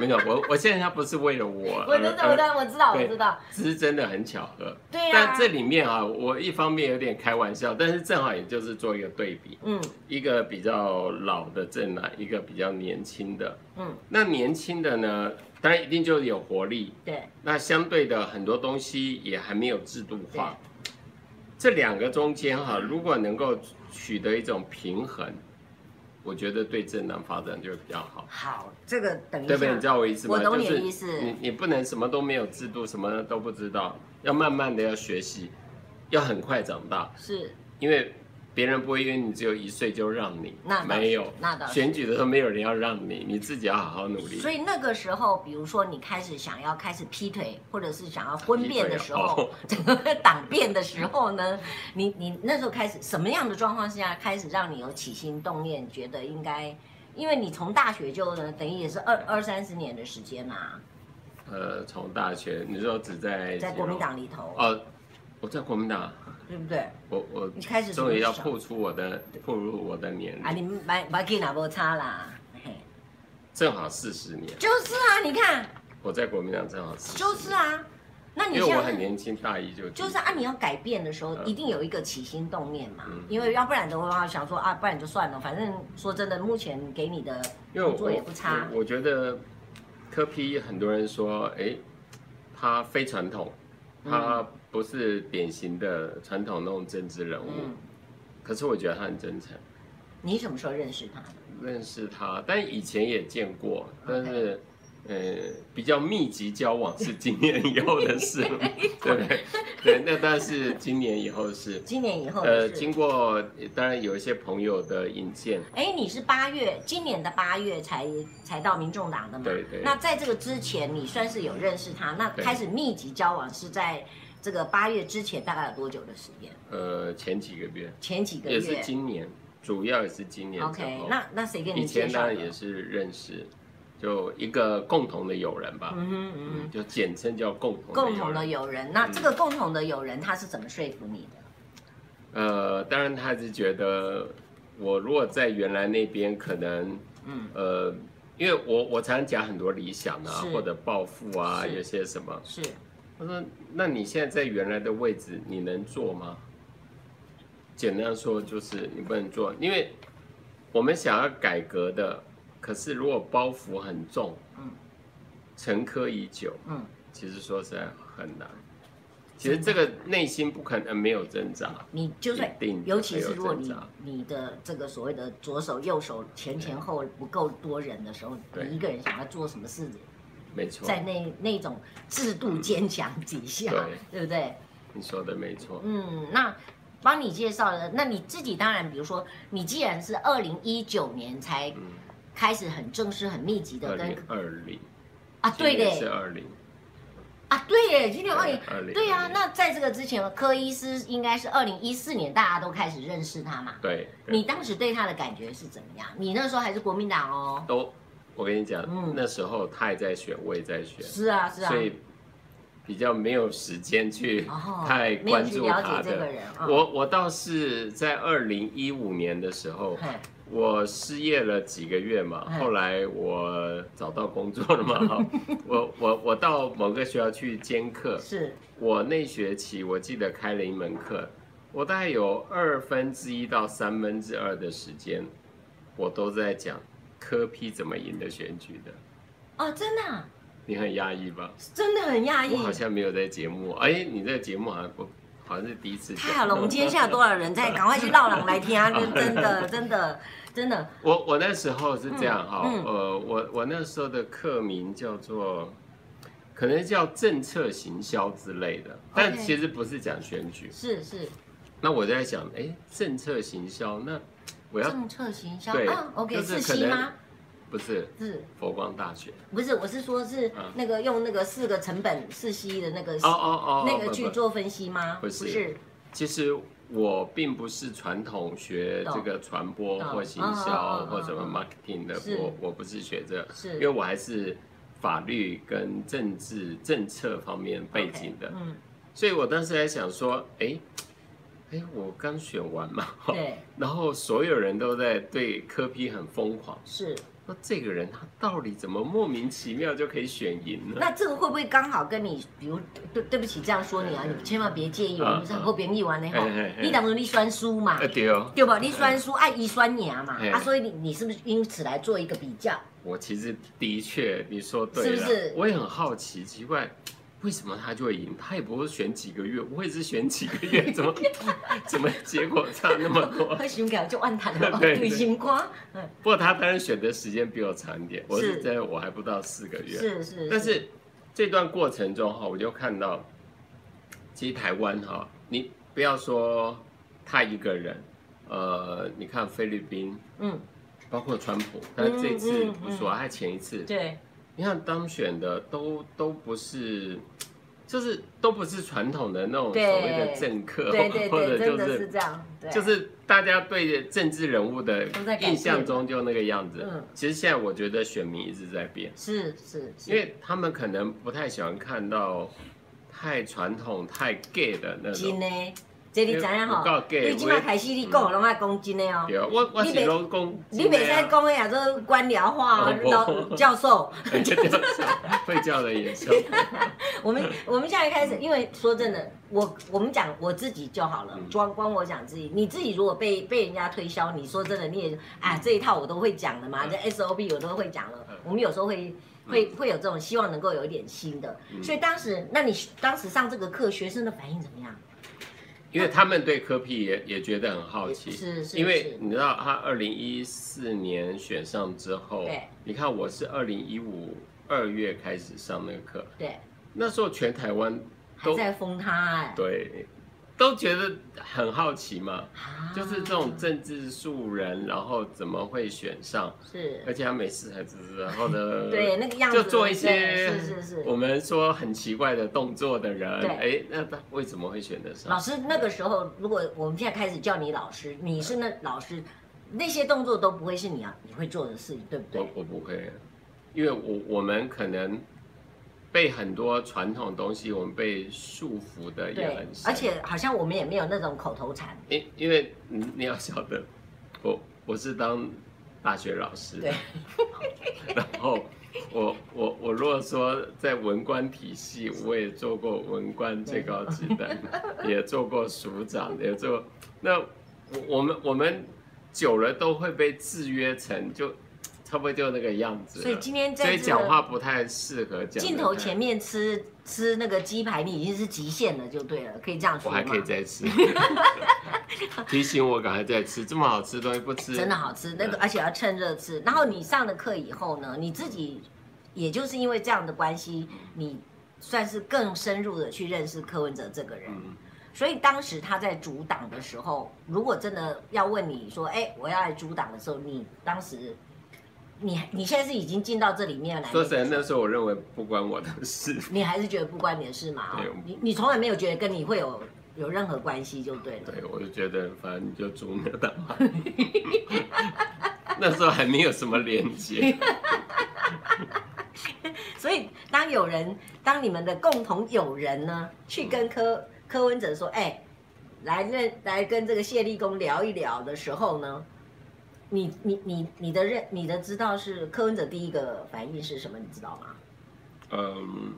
没有我我现在他不是为了我，
我知道，我知
而
道，我知道，我
呃对
知道。
只是真的很巧合。
对啊呀、
但这里面啊，我一方面有点开玩笑，但是正好也就是做一个对比，
嗯
一个比较老的政啊，一个比较年轻的。
嗯，
那年轻的呢，当然一定就有活力，
对
那相对的很多东西也还没有制度化。这两个中间哈、如果能够取得一种平衡，我觉得对政党发展就会比较好。
好，这个等一下，
对不对？你知道我意思吗？
我懂你的
就是
意思
你你不能什么都没有制度，什么都不知道，要慢慢的要学习，要很快长大，
是
因为别人不会因为你只有一岁就让你，
那倒是
没有，
那倒是
选举的时候没有人要让你，你自己要好好努力。
所以那个时候，比如说你开始想要开始劈腿，或者是想要婚变的时候，整
啊哦
个 党变的时候呢，你你那时候开始什么样的状况下开始让你有起心动念，觉得应该？因为你从大学就呢，等于也是二二三十年的时间嘛、
呃，从大学你说只在
在国民党里头，
哦，我在国民党，
对不对？
我我
你开始什么
终于要
时候
破出我的破入我的年
啊，
龄，
你买买给哪波差啦？嘿
正好四十年，
就是啊，你看，
我在国民党正好四，
就是，啊，那你
因为
现
我
在
很年轻，啊大一就进
就是啊，你要改变的时候，
嗯
一定有一个起心动念嘛，
嗯
因为要不然的话，想说啊，不然就算了，反正说真的，目前给你的
因为我
工作也不差
我我觉得科批很多人说，哎，他非传统，
嗯
他不是典型的传统那种政治人物。
嗯，
可是我觉得他很真诚，
你什么时候认识他的？
认识他，但以前也见过，但是。呃，比较密集交往是今年以后 的事，对不对？对，那当然是今年以后的事。
今年以后
呃，
的
经
事。
过当然有一些朋友的引荐，
哎，你是八月，今年的八月才才到民众党的嘛？
对对
那在这个之前，你算是有认识他，那
对
开始密集交往是在这个八月之前，大概有多久的时间？
呃，前几个月
前几个
也是
月。
今年，主要也是今年之
OK，
后。
那那谁给
以
你介
前
绍
当
的？
然也是认识，就一个共同的友人吧，
嗯哼嗯哼
嗯，。就简称叫共同
共
友
同的
人。嗯
友人，那这个共同的友人他是怎么说服你的？
呃，当然他还是觉得我如果在原来那边，可能
嗯，
呃，因为我我常常讲很多理想啊
是，
或者抱负啊，
是
有些什么。
是
他说：“那你现在在原来的位置，你能做吗？”简单说就是你不能做，因为我们想要改革的，可是如果包袱很重，
嗯，
沉疴已久，
嗯，
其实说实在很难。其实这个内心不可能没有挣扎，
你就算
一定，
尤其是如果
会
你
嗯有挣扎
你的这个所谓的左手右手前前后不够多人的时候，
对
你一个人想要做什么事，
没错。嗯
在那那种制度坚强底下 对
对，
不对？
你说的没错。
嗯，那帮你介绍了，那你自己当然，比如说你既然是二零一九年才
嗯，
开始很正式、很密集
二
的
零
跟
二零，
啊，对
今年是
的
二零，
啊，对耶，今年二零。
二零，
对啊呀、
20
那在这个之前，柯医师应该是二零一四年大家都开始认识他嘛。
对，对
你当时对他的感觉是怎么样？你那时候还是国民党哦。
都，我跟你讲
嗯，
那时候他也在选，我也在选，
是啊，是啊
所。以比较没有时间去
哦
太
没有
关
去
注
了解
他
这个
的。
人啊。
我我倒是在二零一五年的时候，
嘿
我失业了几个月嘛，
嗯
后来我找到工作了嘛， 哈我我我到某个学校去兼课，
是
我那学期我记得开了一门课，我大概有二分之一到三分之二的时间，我都在讲科批怎么赢得选举的，
哦，真的啊、
你很压抑吧？
是真的很讶
我好
异。
像没有在节目，哎，你这个节目好像不，好像是第一次讲。
太好了，我们今天下多少人 在，赶快去绕朗来听啊！真的，真的，真的，
我我那时候是这样哈、
嗯嗯
呃，我我那时候的课名叫做，可能叫政策行销之类的，但
OK
其实不是讲选举。
是是
那我在想，哎，政策行销，那我要
政策行销
对
啊，OK，
就是
是
可
西
能
吗？
不是
是
佛光大学？
不是？我是说，是
嗯
那个用那个四个成本四 C 的那个
哦哦哦，
那
不
个去。
不
做分析吗？
不是
是
其实我并不是传统学这个传播
懂
或行
哦哦哦
销
哦
或什么
哦
marketing 的
是，
我我不是学这个。因为
是
我还是法律跟政治政策方面背景的
OK，嗯，
所以我当时在想说，哎，哎，我刚选完嘛，
对，
然后所有人都在对科批很疯狂，
是。
那这个人他到底怎么莫名其妙就可以选赢呢？
那这个会不会刚好跟你，比如对对不起这样说你啊，你千万别介意，我
嗯
们是好朋友啊，那吼
嘿嘿，嘿
你当时你酸输嘛，
哎对哦，
对吧？你酸输爱伊酸牙嘛，
嘿哦
啊，所以你你是不是因此来做一个比较？
我其实的确你说对了，
是不是
我也很好奇，奇怪。为什么他就会赢？他也不会选几个月，我也是选几个月，怎么怎么结果差那么多？，
会想起来就怨叹了对
对
对
对
心肝，嗯
不过他当然选的时间比我长一点，我
是
是在我还不到四个月，
是是，
但是这段过程中哈，我就看到，其实台湾哈，你不要说他一个人，呃，你看菲律宾，
嗯，
包括川普，但这次不说，他前一次，
对，
你看当选的都都不是。就是都不是传统的那种所
对
谓的政客，
对对
哦 或
对，
者
真
就
的
是
是这样，对，
就是大家对政治人物的
都在改变
印象中就那个样子。
嗯
其实现在我觉得选民一直在变，
是是是，
因为他们可能不太喜欢看到太传统、太 gay 的那
真
种。
的，这你知影
有
吼
够，假
你即摆
我嗯
开始你讲，拢爱讲真的哦。
对啊，我我
你
是拢讲，
你袂使 讲迄啊，做官僚化哦
哦
老教授。
哎，就叫会叫的也是。
我们我们现在开始，因为说真的，我我们讲我自己就好了，
嗯
光光我讲自己，你自己如果被被人家推销，你说真的，你也啊这一套我都会讲了嘛，
嗯
这 SOP 我都会讲了
嗯。
我们有时候会会会有这种希望能够有一点新的，
嗯
所以当时，那你当时上这个课，学生的反应怎么样？
因为他们对科皮也也觉得很 好奇，
是是
因为
是
你知道他二零一四年选上之后
对，
你看我是二零一五二月开始上那个课，
对，
那时候全台湾
还
都
在封他哎、
对都觉得很好奇嘛，
啊
就是这种政治素人，然后怎么会选上？
啊是
而且他每次还只是然后呢，
对那个样子，
呃就做一些
对是是是，
我们说很奇怪的动作的人，
对
哎，那他为什么会选得
老
上？
师那个时候，如果我们现在开始叫你老师，你是那老师，那些动作都不会是你啊你会做的事情，对不
我
对？
我不会，因为我我们可能被很多传统东西，我们被束缚的也
对
很，深，
而且好像我们也没有那种口头禅，
因因为你你要晓得，我我是当大学老师，
对，
然后我我我如果说在文官体系，我也做过文官最高职等，也做过署长，也做那我我们我们久了都会被制约成就差不多就那个样子了，
所以今天
啊所
在
以
这
讲
个
话不太适合讲
镜
得
头
太
前。面吃吃那个鸡排，你已经是极限了，就对了，可以这样
我
说吗
还？可以再 吃，提醒我赶快再吃，这么好吃的东西不吃，
真的好吃，那个而且要趁热吃。然后你上了课以后呢，你自己也就是因为这样的关系，你算是更深入的去认识柯文哲这个人。
嗯，
所以当时他在主党的时候，如果真的要问你说，哎、我要来主党的时候，你当时，你你现在是已经进到这里面来，
说实在，那时候我认为不关我的事，
你还是觉得不关你的事嘛？
对
哦你你从来没有觉得跟你会有有任何关系就对了。
对我就觉得反正你就住那的嘛， 那时候还没有什么连接，
所以当有人，当你们的共同友人呢，去跟柯、柯文哲说，哎、来认来跟这个谢立功聊一聊的时候呢，你你你你的认你的知道是柯文哲第一个反应是什么，你知道吗？
嗯，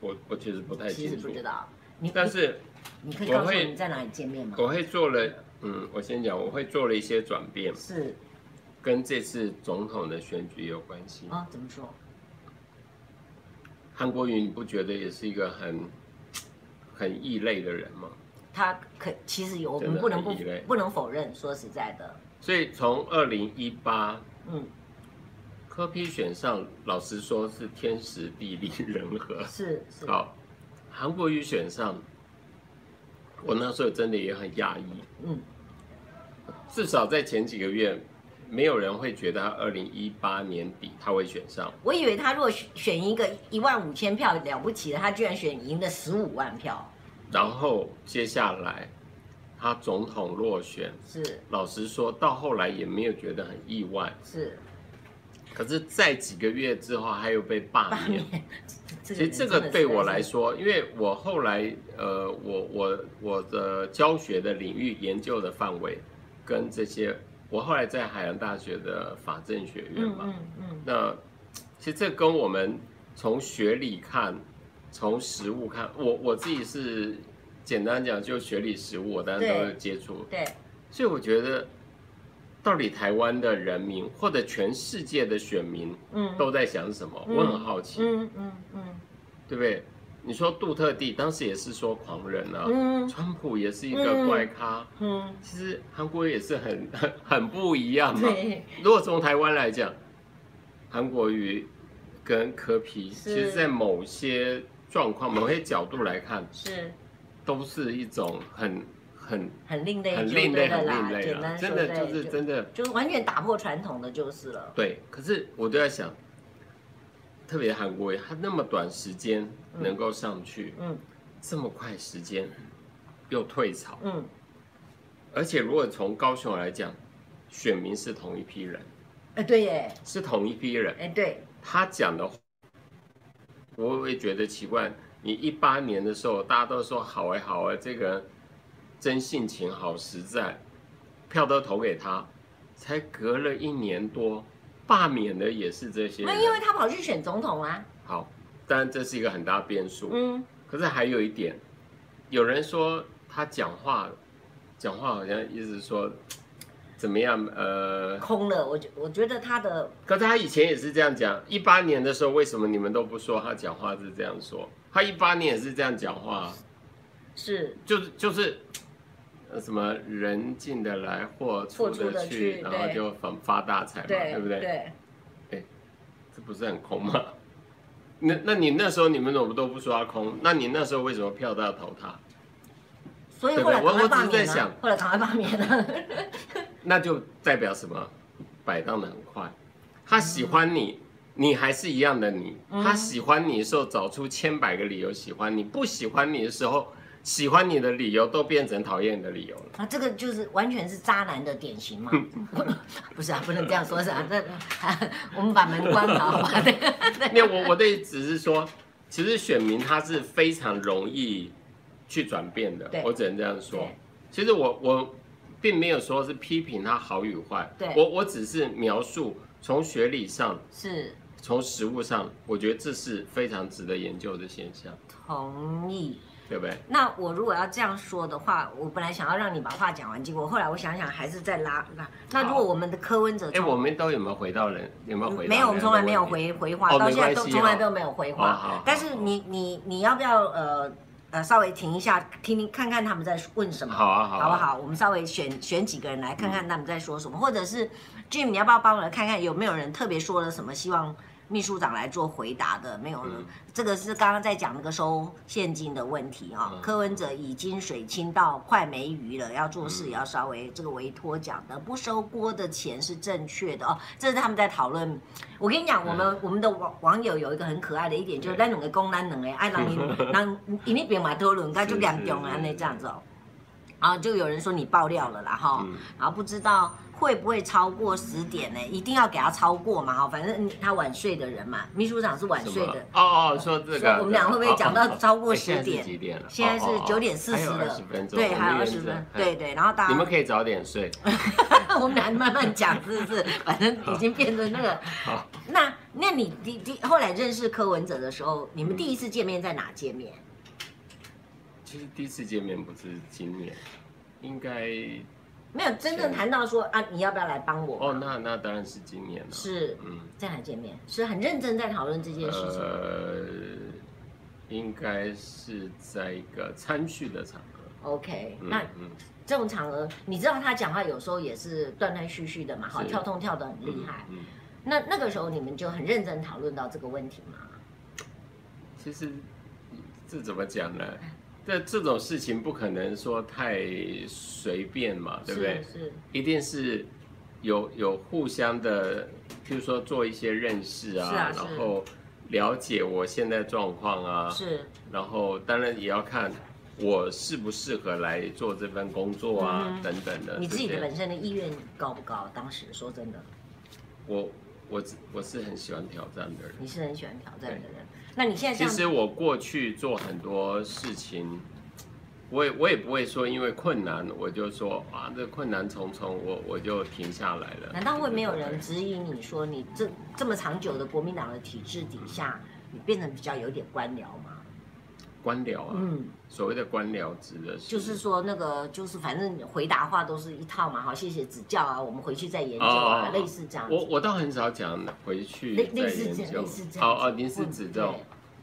我我其实不太
其实
清
不
楚
知，道，你
但是
你你可以告诉
我
我
会
你在哪里见面吗？
我会做了，嗯，我先讲，我会做了一些转变，
是
跟这次总统的选举有关系。
啊、怎么说？
韩国瑜，你不觉得也是一个很很异类的人吗？
他可其实有我
真
们
的
不能不
很异类
不能否认，说实在的，
所以从二零一八
嗯，
柯批选上，老实说是天时地利人和。
是是，
呃好，韩国瑜选上，我那时候真的也很讶异，
嗯，
至少在前几个月，没有人会觉得他二零一八年底他会选上。
我以为他如果选选一个一万五千票了不起的，他居然选赢了十五万票，
然后接下来他总统落选，
是
老实说到后来也没有觉得很意外。
是，
可是，在几个月之后，他又被罢
罢
免
免。其
其实这个对我来，说，因为我后来呃，我我我的教学的领域研究的范围，跟这些，我后来在海洋大学的法政学院
嗯
嘛，
嗯嗯，
那其实这跟我们从学理看，从实物看，我我自己是简单讲，就学理实物，我当然都
对
有接触，
对，
所以我觉得，到底台湾的人民或者全世界的选民
嗯，
都在想什么，
嗯
我很好奇。
嗯嗯嗯
对不对？你说杜特地当时也是说狂人啊，
嗯
川普也是一个怪咖，
嗯，
其实韩国也是很 很很不一样嘛。
对，
如果从台湾来讲，韩国瑜跟柯皮，
是
其实在某些状况、某些角度来看，
是
都是一种很很
很另类，
很
就
另
对
类、
了
很
啦
另类
简单
了，
说
真的
对
就是真的
就是完全打破传统的就是了，
对。可是我都在想，特别韩国瑜，他那么短时间能够上去。
嗯
这么快时间又退潮，
嗯，
而且如果从高雄来讲，选民是同一批人，
哎对耶，
是同一批人，
哎对，
他讲的话，我会觉得奇怪。你一八年的时候，大家都说好哎、好哎、这个人真性情，好实在，票都投给他，才隔了一年多，罢免的也是这些
那因为
人。
他跑去选总统啊，
好，当然这是一个很大变数。
嗯，
可是还有一点，有人说他讲话，讲话好像一直说怎么样？呃，
空了，我觉我觉得他的
可是他以前也是这样讲。一八年的时候，为什么你们都不说他讲话是这样说？他一八年也是这样讲话，
是
就是就是。呃什么人进得来，货出
货出
得
得
去，
去
然后
对
就发发大财嘛，
对
对不对？
对。
这不是很空吗？那那你那时候你们怎么都不说他空？那你那时候为什么票都要投他？
所以后来赶快罢
对对我我只
免
是在想
了，后来赶快罢免了。
那就代表什么？摆荡的很快，他喜欢你，你还是一样的你。
嗯
他喜欢你的时候，找出千百个理由喜欢你；不喜欢你的时候，喜欢你的理由都变成讨厌你的理由了。
啊，这个就是完全是渣男的典型嘛？ 不是啊，不能这样说，是 啊，这、我们把门关好好吧？对
那我我的意思是说，其实选民他是非常容易去转变的
对，
我只能这样说
对。
其实我我并没有说是批评他好与坏
对，
我我只是描述从学理上、
是
从实物上，我觉得这是非常值得研究的现象，
同意。
对不对？
那我如果要这样说的话，我本来想要让你把话讲完，结果后来我想想还是在拉拉。那如果我们的柯文哲
哎，
从
我们都有没有回到人？有没有回到人的问题？
没有，我们从来没有回回话，
哦
到
没
现在
关
都
系
从来
哦
都没有回
哦好
话
好。
但是你你你要不要呃呃稍微停一下，听听看看他们在问什么？
好啊好啊嗯
好不好？我们稍微选选几个人来看看他们在说什么，或者是 Jim，你要不要帮我来看看有没有人特别说了什么？希望秘书长来做回答的，没有呢。
嗯
这个是刚刚在讲那个收现金的问题啊、
嗯
柯文哲已经水清到快没鱼了，要做事
嗯
也要稍微这个委托讲的，不收锅的钱是正确的哦。这是他们在讨论。我跟你讲，我们、我们的网网友有一个很可爱的一点，就是咱两个讲咱两个，哎，让你让因那边嘛讨论，该就两种啊，那这样子哦。然后就有人说你爆料了啦哈，
嗯
然后不知道会不会超过十点呢？一定要给他超过嘛哈，反正你他晚睡的人嘛，秘书长是晚
什
睡
么
的，
哦哦，说这
说
个，
我们俩会不会讲到超过
哎现在
10点
是几点了？
现在是
哦哦哦
9点40
还有
了
20分钟，
对，还有
我
二
们
十
忍着
分，，对对，然后大
嗯你们
家
可以早点睡。
我们俩慢慢讲是不是？反正已经变成那个
好，
那那你第第后来认识柯文哲的时候，你们
嗯
第一次见面在哪见面？
其实第一次见面不是今年，应该
没有真正
是
谈到说啊，你要不要来帮我？
哦，那那当然是今年了。，
是
嗯，
在哪见面？是很认真在讨论这件事情。
呃，应该是在一个餐叙的场合。
OK，、
嗯
那
嗯
这种场合，你知道他讲话有时候也是断断续续的嘛，哈，
是
跳动跳得很厉害。
嗯，嗯
那那个时候你们就很认真讨论到这个问题嘛？
其实这怎么讲呢？
嗯
这这种事情不可能说太随便嘛，对不对？
是是，
一定是有有互相的，譬如说做一些认识啊，
是啊是
然后了解我现在状况啊，
是，
然后当然也要看我适不适合来做这份工作啊，
嗯哼
等等的。
你自己的
这些
本身的意愿高不高？当时说真的，
我我只我是很喜欢挑战的人。
你是很喜欢挑战的人。那你现在
其
像
实我过去做很多事情，我也我也不会说因为困难我就说啊这困难重重，我我就停下来了。
难道会没有
对
人质疑你说你这这么长久的国民党的体制底下，你变成比较有点官僚吗？
官僚啊？
嗯，
所谓的官僚指的是
就是说那个就是反正回答话都是一套嘛，好，谢谢指教啊，我们回去再研究啊，
哦
类似这样子。
我我倒很少讲回去
类类
再
似
研
这样
究
类似这样
哦
子
哦，您是指这种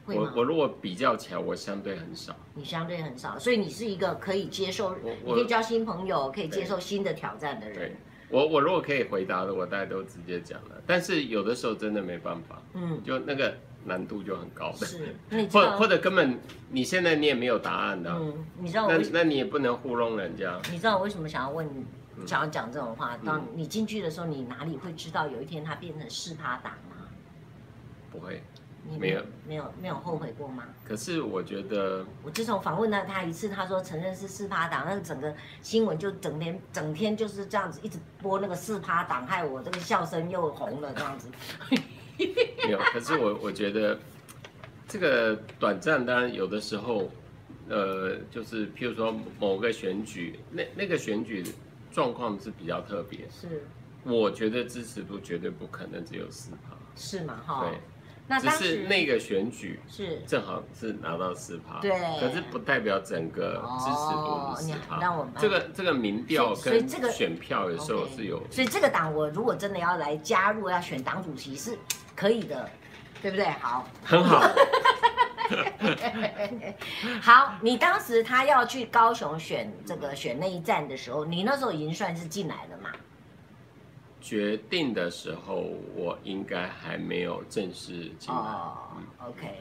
会
我
吗？
我如果比较起来，我相对很少。
你相对很少，所以你是一个可以接受，
我
你
我
可以交新朋友，可以接受新的挑战的人
对。，我我如果可以回答的，我大概都直接讲了。但是有的时候真的没办法，
嗯，
就那个难度就很高的，
是。那你知
或
道
或，者根本你现在你也没有答案的啊、
嗯，你知道我
那
为什
那你也不能糊弄人家。
你知道我为什么想要问你，
嗯
想要讲这种话？当你进去的时候，你哪里会知道有一天他变成四趴党吗？
不会，
你
没有
没有没有后悔过吗？
可是我觉得
我自从访问了他一次，他说承认是四趴党，那整个新闻就整天整天就是这样子一直播那个四趴党，害我这个笑声又红了这样 子。
没有，可是我我觉得这个短暂，当然有的时候，呃，就是譬如说某个选举，那那个选举状况是比较特别，
是
我觉得支持度绝对不可能只有四趴，
是嘛哈？
对，
哦那
只
当
是
时
那个选举
是
正好是拿到四趴，
对
可是不代表整个支持度
哦
是
你
四
还让我
趴
们，
这个这个民调
所以
跟
所以这个
选票有时候
OK
是有
所以这个党我如果真的要来加入，要选党主席是可以的，对不对？好，
很好，
好，你当时他要去高雄选这个选那一站的时候，你那时候已经算是进来了嘛？
决定的时候，我应该还没有正式进来，嗯
哦，OK，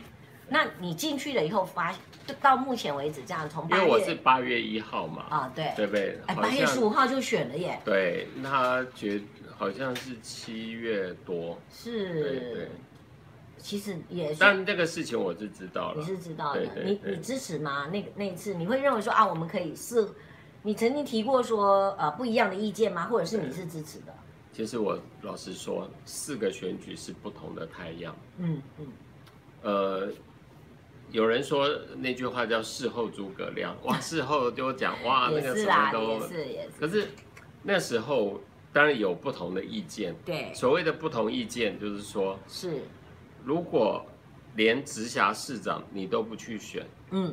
那你进去了以后发，就到目前为止这样，从
因
八
为我是
月
八月一号嘛，
啊，对，
对不对？
哎，
好
八月十
像
五号就选了耶，
对，那决好像是七月多，对
是
对，
其实也算
但这个事情我是知道
你
了，
是知道的
对，对
你
对
你支持吗？那那一次你会认为说啊，我们可以是，你曾经提过说呃不一样的意见吗？或者是你是支持的？
其实我老实说，四个选举是不同的太阳。
嗯嗯，
呃，有人说那句话叫“事后诸葛 亮”，哇，事后就讲哇啊那
也
个
是
什
啦也
么，都，
是也是，
可是那时候当然有不同的意见。
对，
所谓的不同意见，就是说，
是，
如果连直辖市长你都不去选，
嗯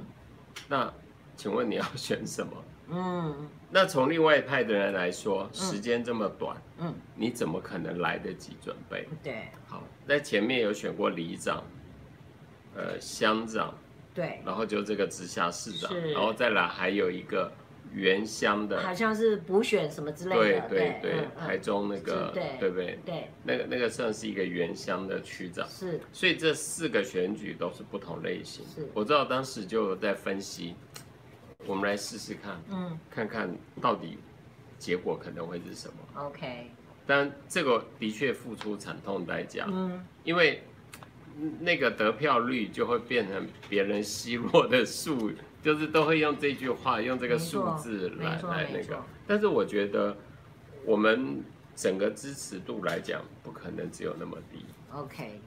那请问你要选什么？
嗯
那从另外一派的人来说，时间这么短，
嗯，
你怎么可能来得及准备？
对
好，在前面有选过里长，呃，乡长，
对
然后就这个直辖市长
是，
然后再来还有一个原乡
好
的，
像是补选什么之类
对
的，
对对
嗯，嗯
台中那个
是对
对不对？
对
那个那个算是一个原乡的区长。
是
所以这四个选举都是不同类型
是。
我知道当时就有在分析，我们来试试看，
嗯
看看到底结果可能会是什么。
OK
但这个的确付出惨痛代价，
嗯
因为嗯那个得票率就会变成别人奚落的数， 就是都会用这句话、用这个
没错
数字来
没错
来
没
那
错
个。但是我觉得我们整个支持度来讲，不可能只有那么低。
OK，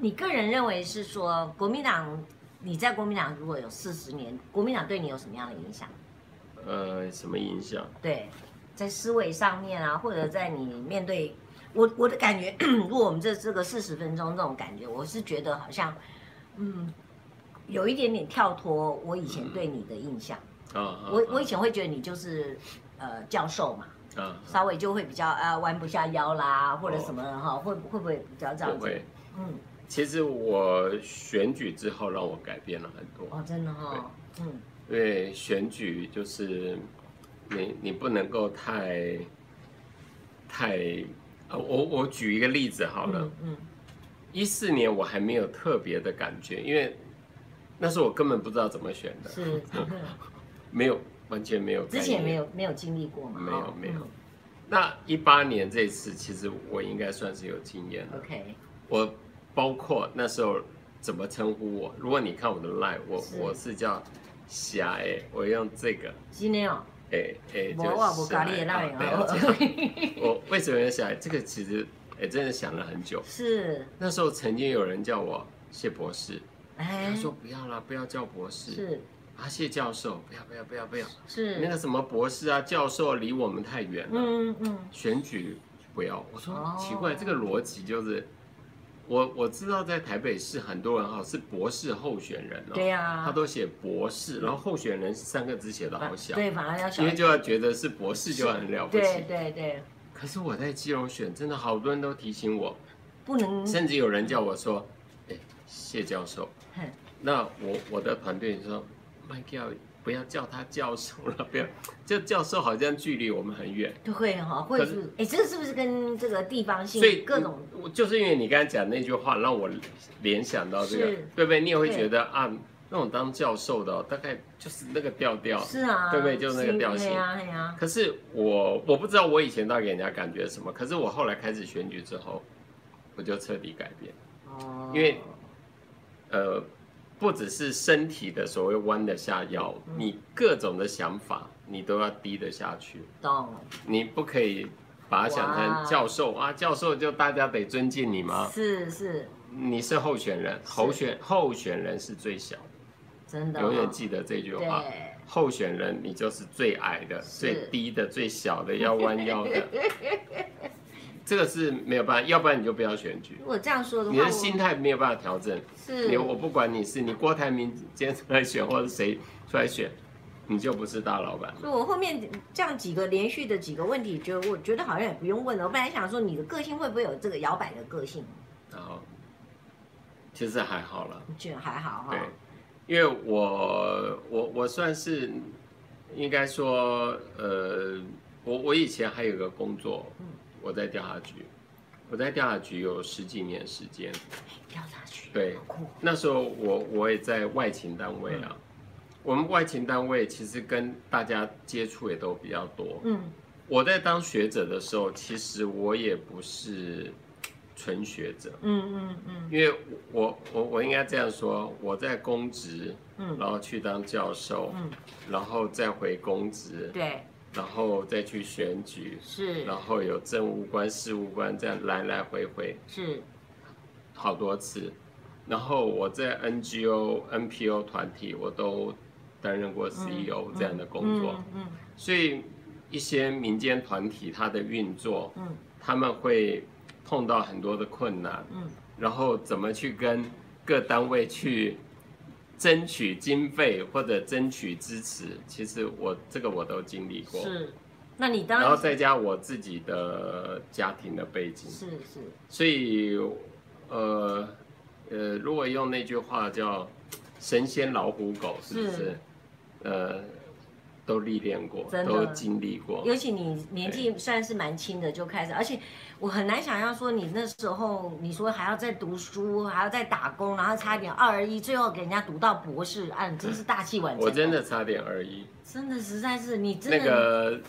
你个人认为是说国民党，你在国民党如果有四十年，国民党对你有什么样的影响？
呃，什么影响？
对，在思维上面啊，或者在你面对我我的感觉， 如果我们这这个四十分钟这种感觉，我是觉得好像，嗯，有一点点跳脱我以前对你的印象。
啊啊
我
啊
我以前会觉得你就是呃教授嘛，
啊，
稍微就会比较啊、弯不下腰啦，或者什么哈、会会不会比较这样
不
子
会？。
嗯，
其实我选举之后让我改变了很多，
哦，真的哈、哦，嗯，
因为选举就是你你不能够太太呃，我我举一个例子好了，
嗯，嗯，
一四、年我还没有特别的感觉，因为那时候我根本不知道怎么选的，
是，嗯
没有完全没有概
之
念，
前没有没有经历过嘛，
没
哦
有没有。那一八年这次，其实我应该算是有经验了
嗯。OK，
我包括那时候怎么称呼我。如果你看我的 line，我
是
我是叫霞哎、我用这个
今天哦，
哎哎、
我我不
就
搞
霞
你的
哎
那
啊对啊这样
里
我为什么要霞哎？这个其实哎、真的想了很久。
是，
那时候曾经有人叫我谢博士，
哎
他，说不要啦，不要叫博士，
是
啊谢教授，不要不要不要不要，
是，
那个什么博士啊教授离我们太远了。
嗯嗯嗯，
选举不要。我说、
哦
奇怪，这个逻辑就是，我我知道在台北市很多人哈是博士候选人哦，
对呀，嗯
他都写博士，然后候选人三个字写的好小，
对，反而要小
因，为就要觉得是博士就很了不
对
起。
对对，
可是我在基隆选，真的好多人都提醒我，
不能，
甚至有人叫我说，
嗯
哎，谢教授，
哼
那我我的团队说，Michael。不要叫他教授了，不要，这教授好像距离我们很远。
都会哈，或者
可
是，哎，这是不是跟这个地方
所以
性各种，
我就是因为你刚才讲那句话，让我联想到这个
是，
对不对？你也会
对
觉得啊，那种当教授的哦、大概就是那个调调。
是啊，
哦对不对就那个
是
调性
对呀对呀，
可是我我不知道我以前到底给人家感觉什么，可是我后来开始选举之后，我就彻底改变。
哦，
因为呃，不只是身体的所谓弯得下腰，
嗯
你各种的想法你都要低得下去，
懂，
你不可以把它想
哇
成教授啊，教授就大家得尊敬你吗？
是是，
你是候选人，
是
候选候选人是最小的，
真的哦，
永远记得这句话。
对
候选人，你就是最矮的、
是
最低的、最小 的，要弯腰的。这个是没有办法，要不然你就不要选举
如，果这样说的话，
你的
我
心态没有办法调整。
是
你我不管你是你郭台铭今天出来选，或者谁出来选，你就不是大老板。
所以我后面这样几个连续的几个问题，觉得我觉得好像也不用问了。我本来想说你的个性会不会有这个摇摆的个性，
然后，其实还好了。
你觉得还好哈
对。，因为我我我算是应该说，呃，我我以前还有一个工作，我在调查局，我在调查局有十几年时间。
调查局
对
好酷，
那时候我我也在外勤单位啊，我们外勤单位其实跟大家接触也都比较多。
嗯，
我在当学者的时候，其实我也不是纯学者，
嗯嗯嗯
因为我我我应该这样说，我在公职，
嗯
然后去当教授，
嗯，
然后再回公职，
对，
然后再去选举，
是
然后有政务官、事务官这样来来回回
是，
好多次，然后我在 NGO、NPO 团体我都担任过 CEO E 这样的工作，
嗯
所以一些民间团体它的运作，
嗯
他们会碰到很多的困难，
嗯
然后怎么去跟各单位去争取经费或者争取支持，其实我这个我都经历
嗯
过。
是。那你当
然后再加我自己的家庭的背景，
是是
所以呃呃，如果用那句话叫“神仙老虎狗”，是不
是
是？呃，都历练过，
真的
都经历过。
尤其你年纪算是蛮轻的就开始，而且我很难想象说你那时候你说还要再读书，还要再打工，然后差一点二二一，最后给人家读到博士，啊，你真是大器晚成。
嗯我真的差点而已。
真的实在是你真的
那个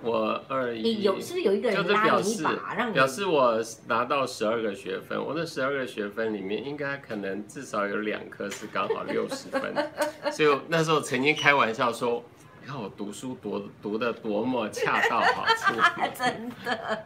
我二
你
一
有是不是有一个
就
人
是
拉
表
你一
示
把，让你
表示我拿到十二个学分，我那十二个学分里面应该可能至少有两科是刚好六十 分，所以我那时候曾经开玩笑说，你看我读书读读的多么恰到好 处，
真的，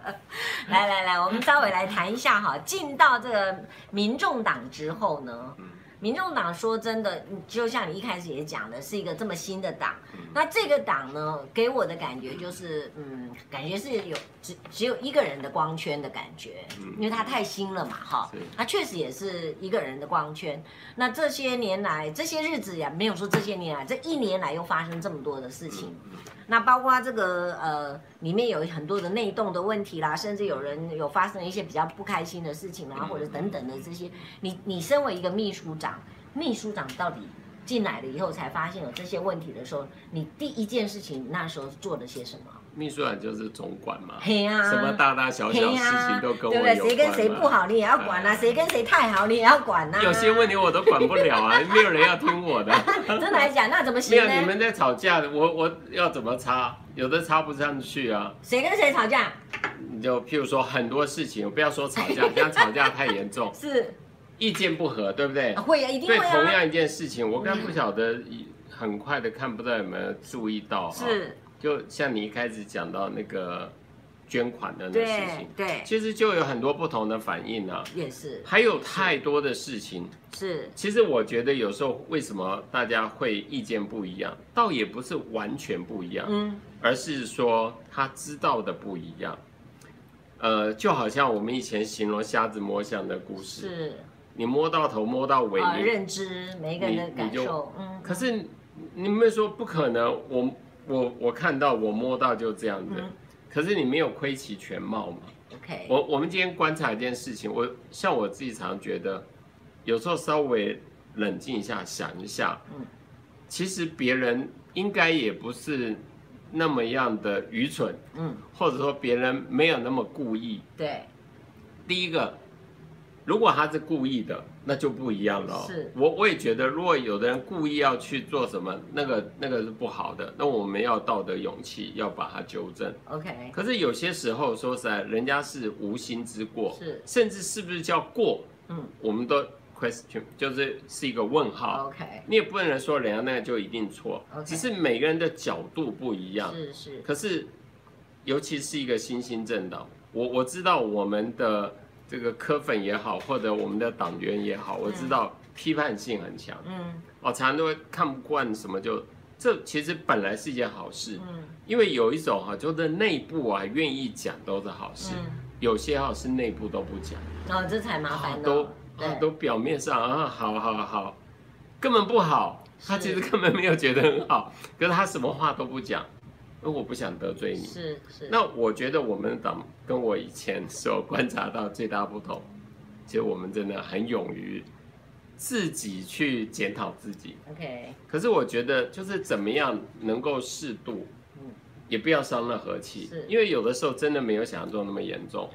来来来，我们稍微来谈一下哈。进到这个民众党之后呢，民众党说真的，就像你一开始也讲的，是一个这么新的党。
嗯
那这个党呢，给我的感觉就是，嗯，感觉是有只只有一个人的光圈的感觉，
嗯
因为他太新了嘛，哈
是，
他确实也是一个人的光圈。那这些年来，这些日子呀，没有说这些年来，这一年来又发生这么多的事情。
嗯
那包括这个呃，里面有很多的内动的问题啦，甚至有人有发生一些比较不开心的事情啦，
嗯
或者等等的这些。你你身为一个秘书长，秘书长到底进来了以后才发现有这些问题的时候，你第一件事情那时候做了些什么？
秘书长就是总管嘛，
嘿呀、
什么大大小小
啊嘿呀
事情都跟我
对
有
不对？
关嘛
谁跟谁不。好你也要管啊，
哎
谁跟谁太好你也要管啊。
有些问题我都管不了啊，没有人要听我的。
真的来讲，那怎么
没
行
有你
呢？
们在吵架，我我要怎么插？有的插不上去啊。
谁跟谁吵架？
你就譬如说很多事情，不要说吵 架，这样吵架太严重，
是
意见不合，对不对？
会啊，一定
对
会
同
啊，
样一件事情，我刚不晓得，很快的看不到有没有注意到哈。，
是，
就像你一开始讲到那个捐款的那事
对
情，
对，
其实就有很多不同的反应啊，
也是
还有太多的事情。
是。
其实我觉得有时候为什么大家会意见不一样，倒也不是完全不一样，
嗯，
而是说他知道的不一样。呃，就好像我们以前形容瞎子摸象的故事，
是
你摸到头摸到尾，
啊，
你
认知每一个人的
你
感
你就
受，嗯，
可是你你们说不可能，我我我看到我摸到就这样子，
嗯
可是你没有窥其全貌嘛。
OK，
我我们今天观察一件事情，我像我自己常觉得，有时候稍微冷静一下，想一下，
嗯
其实别人应该也不是那么样的愚蠢，
嗯，
或者说别人没有那么故意。
对，
第一个，如果他是故意的，那就不一样了哦。
是
我我也觉得，如果有的人故意要去做什么，那个那个是不好的，那我们要道德勇气，要把它纠正。
，OK，
可是有些时候，说实在，人家是无心之过，
是
甚至是不是叫过，
嗯
我们都 question，就是是一个问号。
，OK，
你也不能说人家那个就一定错
OK
只是每个人的角度不一样。
是是，
可是，尤其是一个新兴政党，我我知道我们的这个科粉也好，或者我们的党员也好，我知道批判性很强，
嗯
哦，常常都会看不惯什么就。这其实本来是一件好事，
嗯
因为有一种哈、就是内部啊愿意讲都是好事，
嗯，
有些哈、是内部都不讲，
然后这才麻烦
都
哦，
啊
对，
都表面上啊好好好，根本不好，他
是
其实根本没有觉得很好，可是他什么话都不讲，因为我不想得罪你。
是是，
那我觉得我们党跟我以前所观察到最大不同，其实我们真的很勇于自己去检讨自己。
OK，
可是我觉得就是怎么样能够适度
嗯，
也不要伤了和气
是，
因为有的时候真的没有想象中那么严重。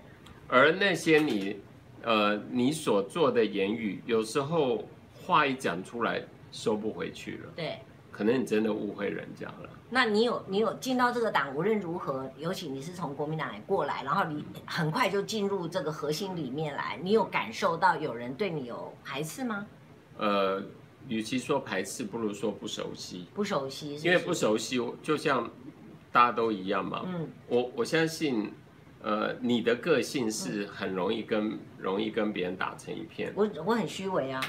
而那些你，呃，你所做的言语，有时候话一讲出来收不回去了，
对。
可能你真的误会人家了。
那你有你有进到这个党，无论如何，尤其你是从国民党来过来，然后你很快就进入这个核心里面来，你有感受到有人对你有排斥吗？
呃，与其说排斥，不如说不熟悉。
不熟悉是是，
因为不，熟悉，就像大家都一样嘛。
嗯，
我我相信，呃，你的个性是很容易跟、容易跟别人打成一片，
我我很虚伪啊。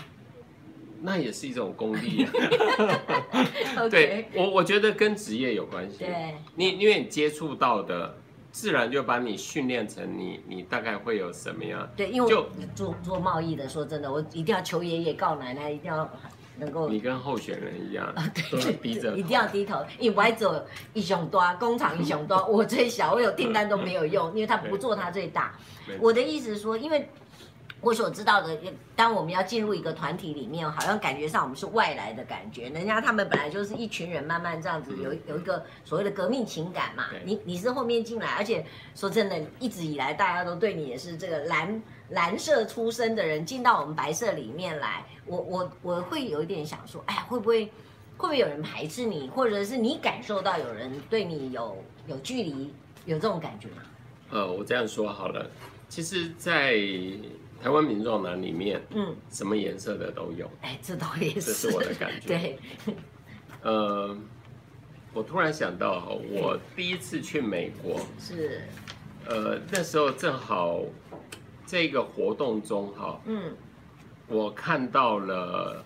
那也是一种功力、 啊。
OK，
对我，我觉得跟职业有关系。
对
你因为你接触到的，自然就把你训练成你你大概会有什么样。
对，因为
就
我做做贸易的，说真的，我一定要求爷爷告奶奶，一定要能够
你跟候选人一
啊
样，都是逼着
一定要低头，因为我走一雄多，工厂一雄多，我最小，我有订单都没有用，因为他不做他最大
没。错
我的意思是说，因为我所知道的，当我们要进入一个团体里面，好像感觉上我们是外来的感觉。人家他们本来就是一群人，慢慢这样子有有一个所谓的革命情感嘛
嗯对。
你你是后面进来，而且说真的，一直以来大家都对你也是这个蓝蓝色出身的人进到我们白色里面来，我我我会有一点想说，哎呀，会不会会不会有人排斥你，或者是你感受到有人对你有有距离，有这种感觉吗？
呃，我这样说好了，其实，在台湾民众党里面，
嗯，
什么颜色的都有，
哎，这倒也
这
是，
是我的感觉。
对。
呃，我突然想到，我第一次去美国，
是，
呃，那时候正好这个活动中哈，
嗯，
我看到了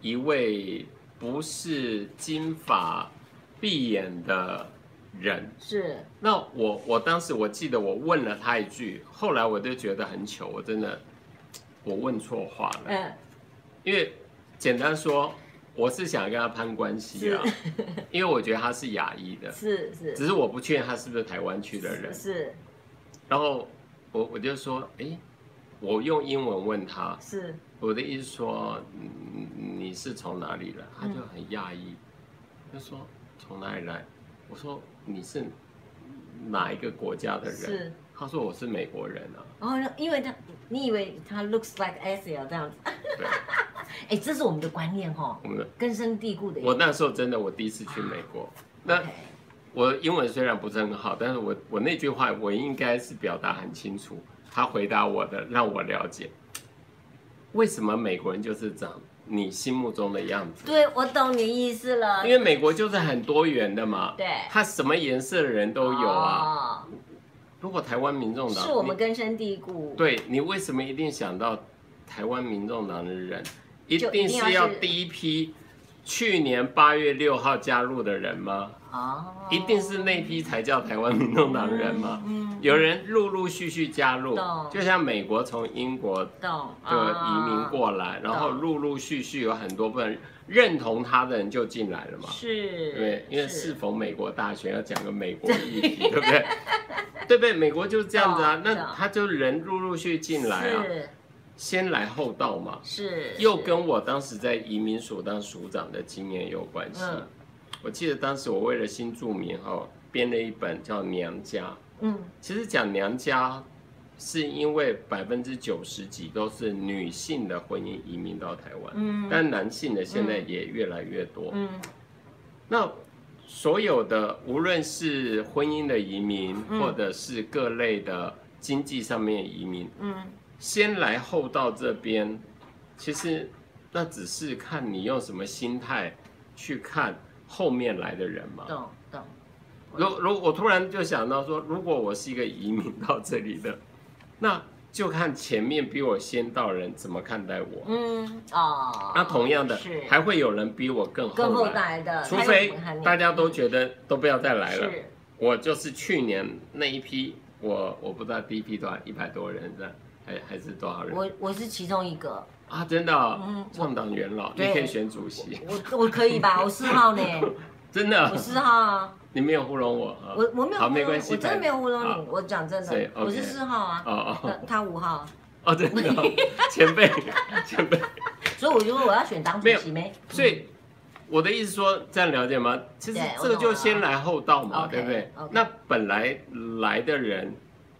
一位不是金发碧眼的人。
是，
那我我当时我记得我问了他一句，后来我就觉得很糗，我真的我问错话了，
嗯，
因为简单说，我是想跟他攀关系啊，因为我觉得他是亚裔的，
是是
只是我不确定他是不是台湾区的人
是。是
然后我我就说，诶，我用英文问他，
是，
我的意思说，嗯，你是从哪里来？他就很讶异，
嗯
他说从哪里来？我说你是哪一个国家的人
是？
他说我是美国人啊。
然后呢因为他，你以为他 looks like Asia 这样子，
对，
哎，这是我们的观念哦，
我们的
根深蒂固的。
我那时候真的我第一次去美国，那
OK，
我英文虽然不是很好，但是我我那句话我应该是表达很清楚。他回答我的，让我了解为什么美国人就是长你心目中的样子。
对我懂你意思了，
因为美国就是很多元的嘛，
对
他什么颜色的人都有啊。
啊，
如果台湾民众党，
是我们
你
根深蒂固。
对你为什么一定想到台湾民众党的人，一
就
定
一定要
是要
是
第一批去年八月六号加入的人吗？
哦，
一定是那批才叫台湾民众党人吗？
嗯，
有人陆陆续续加入
懂，
就像美国从英国
懂
的移民
啊
过来，然后
懂
陆陆续续有很多部分认同他的人就进来了嘛。
是，
对，因为适逢美国大选要讲个美国议题，对不对？对不对？美国就是这样子啊
懂，
那
懂
他就人陆陆续续进来啊，
是
先来后到嘛，
是，
又
是
跟我当时在移民署当署长的经验有关系
嗯。
我记得当时我为了新住民哈、哦，编了一本叫《娘家》。
嗯
其实讲娘家，是因为百分之九十几都是女性的婚姻移民到台湾，
嗯
但男性的现在也越来越多。
嗯
那所有的，无论是婚姻的移民，
嗯
或者是各类的经济上面的移民，
嗯，
先来后到这边，其实那只是看你用什么心态去看后面来的人嘛。
懂懂，
如如我突然就想到说，如果我是一个移民到这里的， 那就看前面比我先到的人怎么看待我。
嗯哦，
那啊同样的
是，
还会有人比我更
跟后
后来，
来的，
除
他就
非
不看你
大家都觉得都不要再来了。
是
我就是去年那一批，我我不知道第一批多少，一百多人的，还还是多少人
我我是其中一个，
啊？真的哦、
嗯
创党元老，你
对
可以选主席，
我我可以 吧？我四号呢，
真
我
的，
四号啊，
你没有糊弄我啊？
我我没有
好，
糊
没
弄
关
你，
系，
我真的没有糊弄
好
你，我讲真
所以
的，
，OK
我是四号啊，
哦
他
哦
他五号，啊
哦，真的 哦，前辈前辈，
所以我就说我要选党主
没有
席没，
所以我的意思说，这样了解吗？其实
对我
这个
懂
就
了
先来后到嘛，
OK，
对不对
OK？
那本来来的人，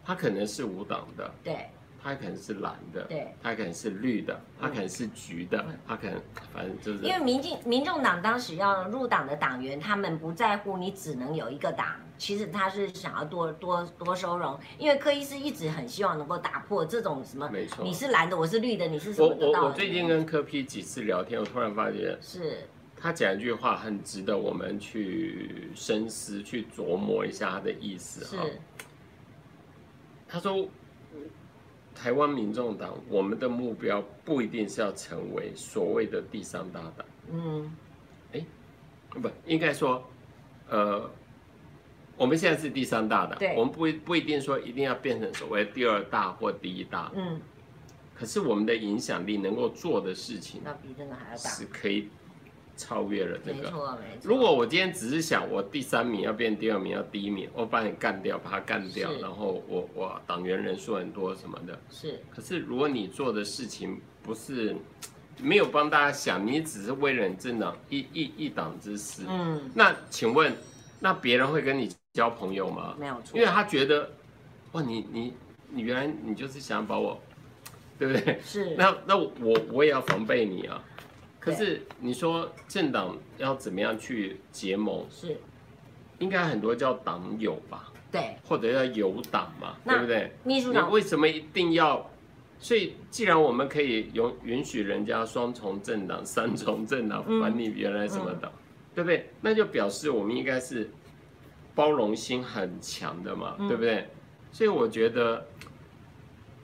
他可能是无党的，
对
他可能是蓝的，
对，嗯
他可能是绿的，他可能是橘的，他可能反正就是
因为民进民众党当时要入党的党员，他们不在乎你只能有一个党，其实他是想要多多多收容，因为柯医师一直很希望能够打破这种什么，
没错
你。是蓝的，我是绿的，你是什
哦我
么的
我
道
我
理
最近跟柯批几次聊天，我突然发觉
是
他讲一句话很值得我们去深思、去琢磨一下他的意思哈。
是
他说，台湾民众党我们的目标不一定是要成为所谓的第三大党，
嗯。
不应该说，呃，我们现在是第三大党
对，
我们不一不一定说一定要变成所谓第二大或第一大，
嗯，
可是我们的影响力能够做的事情
那比这个还要大。
是可以超越了这
没
个。
错没错。
如果我今天只是想我第三名要变第二名，要第一名，我把你干掉，把他干掉
是，
然后我我党员人数很多什么的。
是
可是如果你做的事情不是没有帮大家想，你只是为了你政党一一一党之私，
嗯，
那请问，那别人会跟你交朋友吗？
没有错
因为，他觉得，哇，你你你原来你就是想把我，对不对？
是
那那我我也要防备你啊。可
对
是你说政党要怎么样去结盟？
是，
应该很多叫党友吧，
对，
或者叫友党嘛，
那
对不对？
秘书
你
长
为什么一定要？所以，既然我们可以允允许人家双重政党、三重政党，
嗯
管你原来什么党，对不对？那就表示我们应该是包容心很强的嘛，
嗯
对不对？所以我觉得，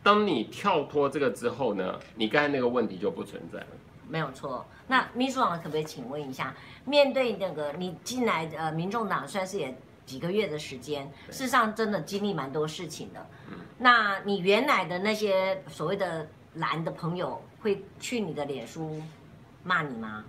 当你跳脱这个之后呢，你刚才那个问题就不存在了。
没有错。那秘书长可不可以请问一下，面对那个你进来呃，民众党算是也几个月的时间，
对
事实上真的经历蛮多事情的。
嗯
那你原来的那些所谓的蓝的朋友，会去你的脸书骂你吗？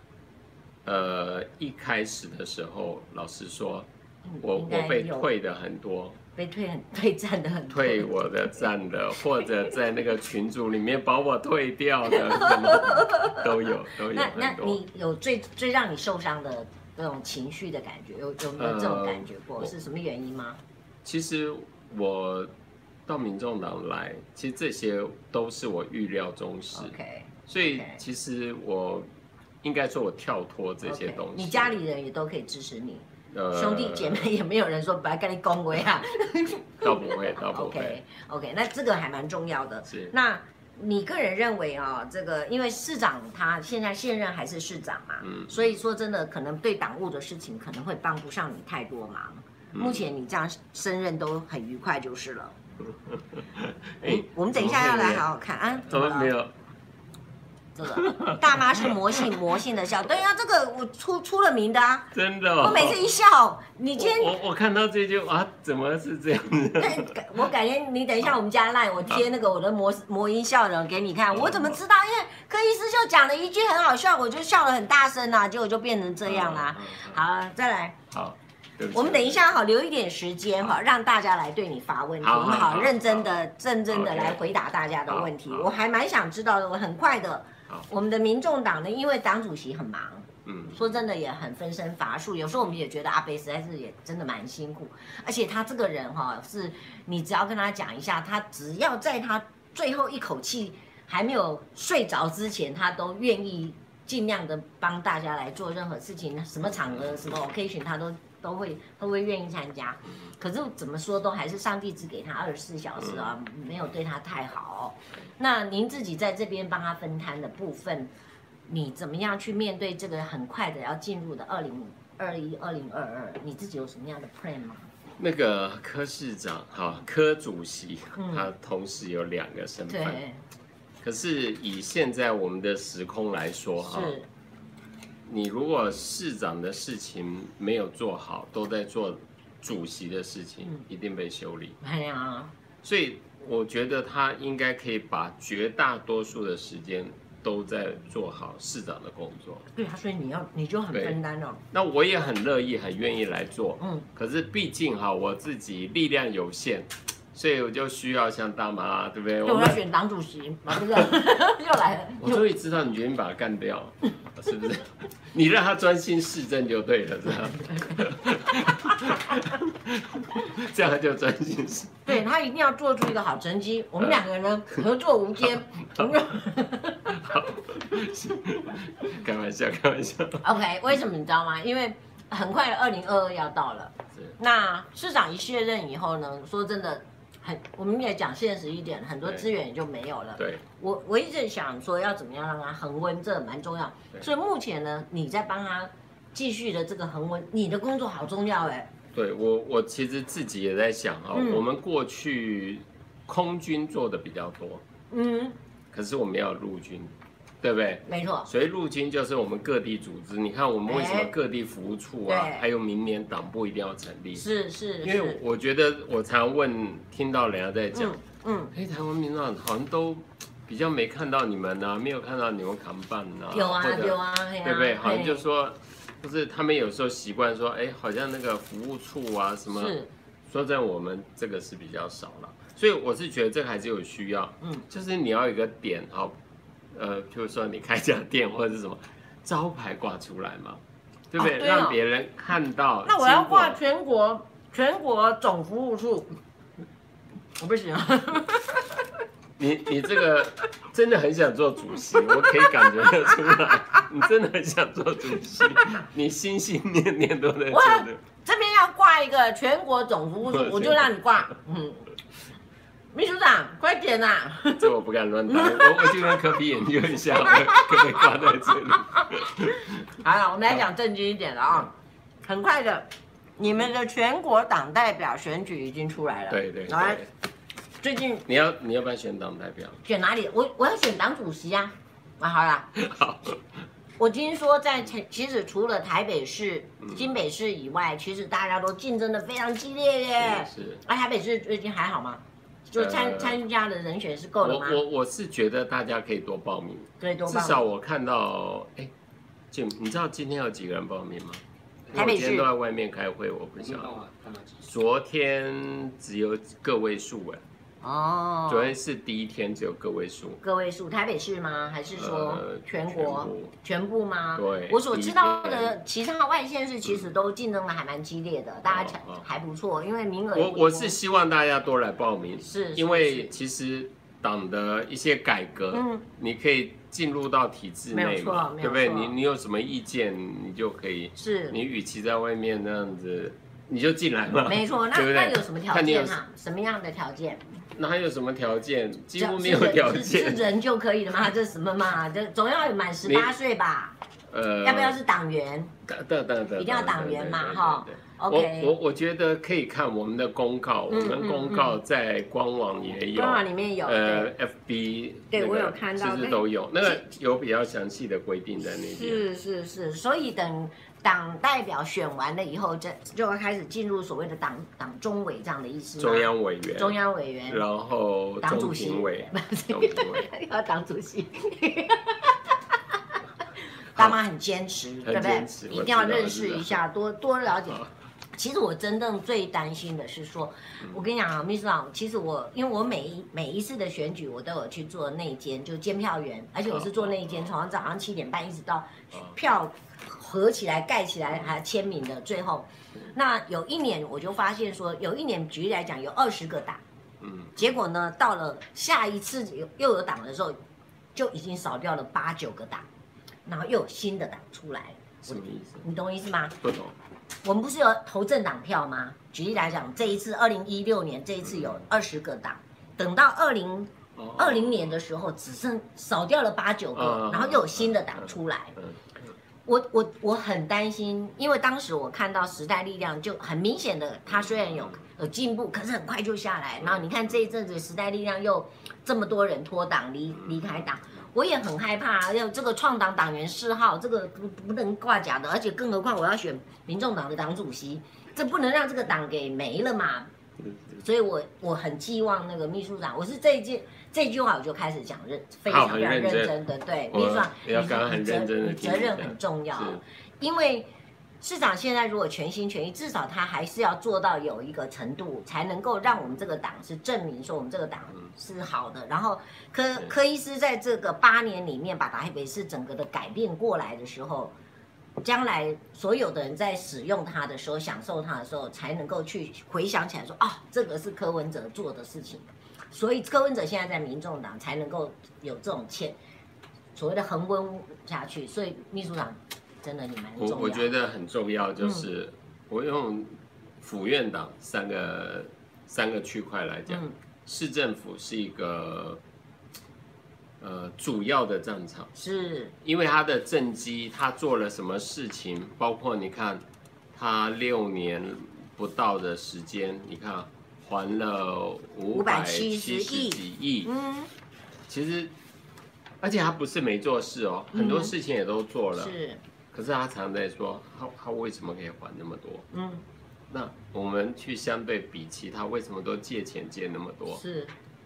呃，一开始的时候，老实说，
嗯
我
应
我
该
被
有
退的很多，
被退很退战的很多
退我的站的，或者在那个群组里面把我退掉的，什么都有，都有
那那
很多。
你有最最让你受伤的那种情绪的感觉，有有没有这种感觉过？
呃我
是什么原因吗？
其实我到民众党来，其实这些都是我预料中事
OK，
所以
OK
其实我应该说我跳脱这些
OK，
东西。
你家里人也都可以支持你，
呃
兄弟姐妹也没有人说不要跟你恭维啊。
倒不会，倒不会
OK OK，那这个还蛮重要的。
是
那你个人认为啊、这个因为市长他现在现任还是市长嘛，
嗯
所以说真的可能对党务的事情可能会帮不上你太多忙。
嗯
目前你这样升任都很愉快就是了。
哎
我们等一下要来好好看啊！
怎么
了
没？有？
这个大妈是魔 性魔性的笑，对啊，这个我出出了名的啊！
真的、哦，
我每次一笑，你今
我
天
我我看到这就啊，怎么是这样子？
我感觉你等一下我们家赖我贴那个我的魔魔音笑容给你看，我怎么知道？因为柯医师就讲了一句很好笑，我就笑得很大声啊，结果就变成这 样啦。
嗯，嗯嗯
好，啊再来，
好，对不起
我们等一下哈，留一点时间哈，让大家来对你发问题，
好
我们
好
好
好
认真的、认真的
OK
来回答大家的问题。
好好
我还蛮想知道的，我很快的
好。
我们的民众党呢，因为党主席很忙，
嗯，
说真的也很分身乏术。有时候我们也觉得阿贝实在是也真的蛮辛苦，而且他这个人哈、是你只要跟他讲一下，他只要在他最后一口气还没有睡着之前，他都愿意尽量的帮大家来做任何事情，什么场合、什么 occasion，他都都会都会愿意参加。可是怎么说都还是上帝只给他二十四小时啊，没有对他太好、那您自己在这边帮他分摊的部分，你怎么样去面对这个很快的要进入的二零二一、二零二二？你自己有什么样的 plan 吗？
那个柯市长哈，柯主席，
嗯
他同时有两个身份。
对，
可是以现在我们的时空来说哈，
是
你如果市长的事情没有做好，都在做主席的事情，
嗯
一定被修理。
哎呀，
所以我觉得他应该可以把绝大多数的时间都在做好市长的工作。
对啊，所以你要你就很
对
分担哦，
那我也很乐意、很愿意来做。
嗯，
可是毕竟哈，我自己力量有限，所以我就需要像大麻啊，对不对？
对，
我
我要
们
选党主席，啊不是 又来了，
我终于知道你决定把他干掉，是不是？ 你让他专心市政就对了，是吧？ 这样他就专心市。
对他一定要做出一个好成绩，我们两个人合作无间。
嗯 好，开玩笑，开玩笑。
OK，为什么你知道吗？因为很快的二零二二要到了，
是
那市长一卸任以后呢，说真的。很，我们也讲现实一点，很多
对
资源也就没有了。
对，
我我一直想说要怎么样让它恒温，这蛮重要。
对
所以目前呢，你在帮他继续的这个恒温，你的工作好重要哎。
对我我其实自己也在想哈、
嗯
我们过去空军做的比较多，
嗯，
可是我们要有陆军，对不对？
没错，
所以陆军就是我们各地组织，你看我们为什么各地服务处啊，
哎对
还有明年党部一定要成立，
是是
因为
是，
我觉得我常问听到人家在讲，
嗯嗯，
哎、台湾民众好像都比比较没看到你们呢、没有看到你们扛棒呢、
有啊
或者
有啊，对
对不对？好像就
嘿
说，就是他们有时候习惯说，哎，好像那个服务处啊什么，
是
说真的，我们这个是比较少了。所以我是觉得这个还是有需要，
嗯，
就是你要有一个点，好，呃，譬如说你开家店或者是什么，招牌挂出来嘛，对不对？
哦对哦
让别人看到。
那我要
经过
挂全国全国总服务处， 我不行啊，
你你这个真的很想做主席，我可以感觉得出 来，你真的很想做主席，你心心念念都在
我
做这个。
这边要挂一个全国总服务 处，我就让你挂。嗯，秘书长，快点啊呐、
这我不敢乱打，我我去跟科比研究一下，可不可以挂在这 里？
好了，我们来讲正经一点了啊、很快的，你们的全国党代表选举已经出来了。
对对
来
对，，
最近
你要你要不要选党代表？
选哪里？我我要选党主席啊。啊，好啦，
好，
我听说在其其实除了台北市、
嗯
新北市以外，其实大家都竞争的非常激烈耶。
是是。
啊，台北市最近还好吗？就参、
呃
参加的人选是够
我
了吗？
我我是觉得大家可以多报名，
可以多
至
报
少我看到，哎、就你知道今天有几个人报名吗？因
台
为
北
我
市嗯
今天都在外面开会，我不
你
晓
干
得。
嘛干嘛去？
昨天只有个位数哎、
哦。
昨天是第一天只有个位数，
个位数，台北市吗？还是说
呃
全国、
全部
部吗？
对
我所知道的
第
其他外县市其实都竞争的还蛮激烈的，大家才
哦哦
还不错，因为名额也
我
不多
我是希望大家多来报名，
是是
因为
是
其实党的一些改革，
嗯
你可以进入到体制
没
内
有错
嘛，
没
对
有
不对？
错
你你有什么意见，你就可以，
是
你与其在外面那样子，你就进来嘛，
没错，那
对不
那
对？
有什么条
看你有
件啊？什么样的条件？
哪有什么条件？几
只
乎
要
没有
是人
条
是是
件。
人就可以了吗？这什么嘛？这总要满十八
你
岁吧？
呃，
要不要是党员？
党？党党党
一定要党员嘛
对对
哈
对对
OK
我我我觉得可以看我们的公告，
嗯
我们公告在官网也有，
官网里面有
呃
对
，FB
对
那个
我有看到
其
那
实都有，那个有比较详细的规定在那边。
是是是，所以等党代表选完了以后，这就会开始进入所谓的党党中委这样的意思吗
中央委员，啊
中央委员，
然后
党
中
主席
评委，中评 委
要党主 席。大妈很坚持，对不对
坚持？
一定要
我知道
认识一下，多多了解
好。
其实我真正最担心的是说，我跟你讲啊，秘书长，其实我因为我每一每一次的选举，我都有去做内监，就监票员，而且我是做内监，从早上七点半一直到
嗯啊
票合起来、盖起来还签名的，最后。那有一年我就发现说，有一年举例来讲，有二十个党，
嗯，
结果呢，到了下一次有又有党的时候，就已经少掉了八九个党，然后又有新的党出来，
什么意思？
你懂我意思吗？
不懂。
我们不是有投政党票吗？举例来讲，这一次二零一六年这一次有二十个党，等到二零
嗯哦
二零年的时候只剩少掉了八九个
嗯，
然后又有新的党出来。
嗯
我我我很担心，因为当时我看到时代力量就很明显的，它虽然有有进步，可是很快就下来。然后你看这一阵子时代力量又这么多人脱党离
嗯
离开党，我也很害怕。啊要这个创党党员四号，这个不不能挂假的，而且更何况我要选民众党的党主席，这不能让这个党给没了嘛。
嗯
所以我我很寄望那个秘书长，我是这一句这一句话我就开始讲认非
好
常
很
非常
认真
认真的，对
我
秘书长，
要
你
刚刚很
责
认真地
你
听
责
你
任
讲
很重要。
是
因为市长现在如果全心全意，至少他还是要做到有一个程度，才能够让我们这个党是证明说我们这个党是好的。然后柯
对
柯医师在这个八年里面把台北市整个的改变过来的时候，将来所有的人在使用它的时候、享受它的时候，才能够去回想起来说，哦，这个是柯文哲做的事情。所以柯文哲现在在民众党才能够有这种欠所谓的恒温下去。所以秘书长真的你蛮重
我
要嗯
我觉得很重要，就是我用府院党三个三个区块来讲，
嗯
市政府是一个呃主要的战场，
是
因为他的政绩，他做了什么事情，包括你看他六年不到的时间，你看还了五百七十
570
几亿，
嗯
其实而且他不是没做事哦，很多事情也都做了。
嗯是
可是他常在说，他他为什么可以还那么多？
嗯
那我们去相对比其他为什么都借钱借那么多？
是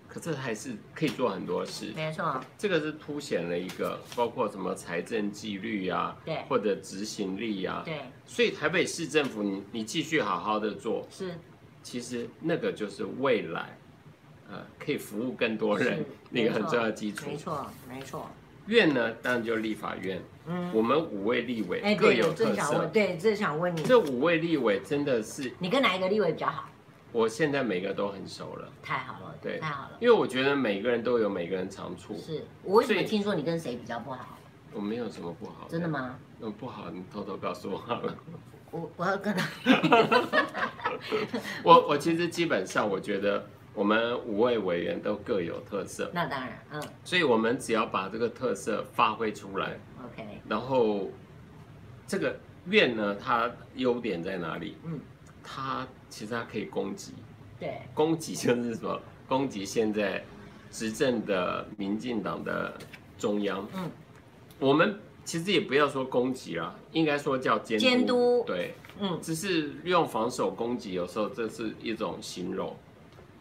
可可是还是可以做很多事。
没错，
这个是凸显了一个，包括什么财政纪律呀、
对
或者执行力呀、
对，
所以台北市政府你，你继续好好的做，
是
其实那个就是未来，呃，可以服务更多人
是
那个很
没错
重要的基础
没。错，没错。
院呢，当然就立法院，
嗯，
我们五位立
哎，
委各
对，
有
我
特
正想问，
色。
对，正想问你，
这五位立委真的是，
你跟哪一个立委比较好？
我现在每个都很熟了，
太好了，
对
太好了。
因为我觉得每个人都有每个人长处，
是我为什么
所以
听说你跟谁比较不好？
我没有什么不好的。
真的？吗？
嗯，不好，你偷偷告诉我好了。
我我要跟他，
我我其实基本上我觉得我们五位委员都各有特色，
那当然，嗯
所以我们只要把这个特色发挥出来，
，OK，
然后这个院呢，它优点在哪里？
嗯，
它其实它可以攻击，
对，
攻击就是什么？攻击现在执政的民进党的中央。
嗯，
我们其实也不要说攻击啦，应该说叫监督。
监督
对，
嗯，
只是用防守攻击，有时候这是一种形容。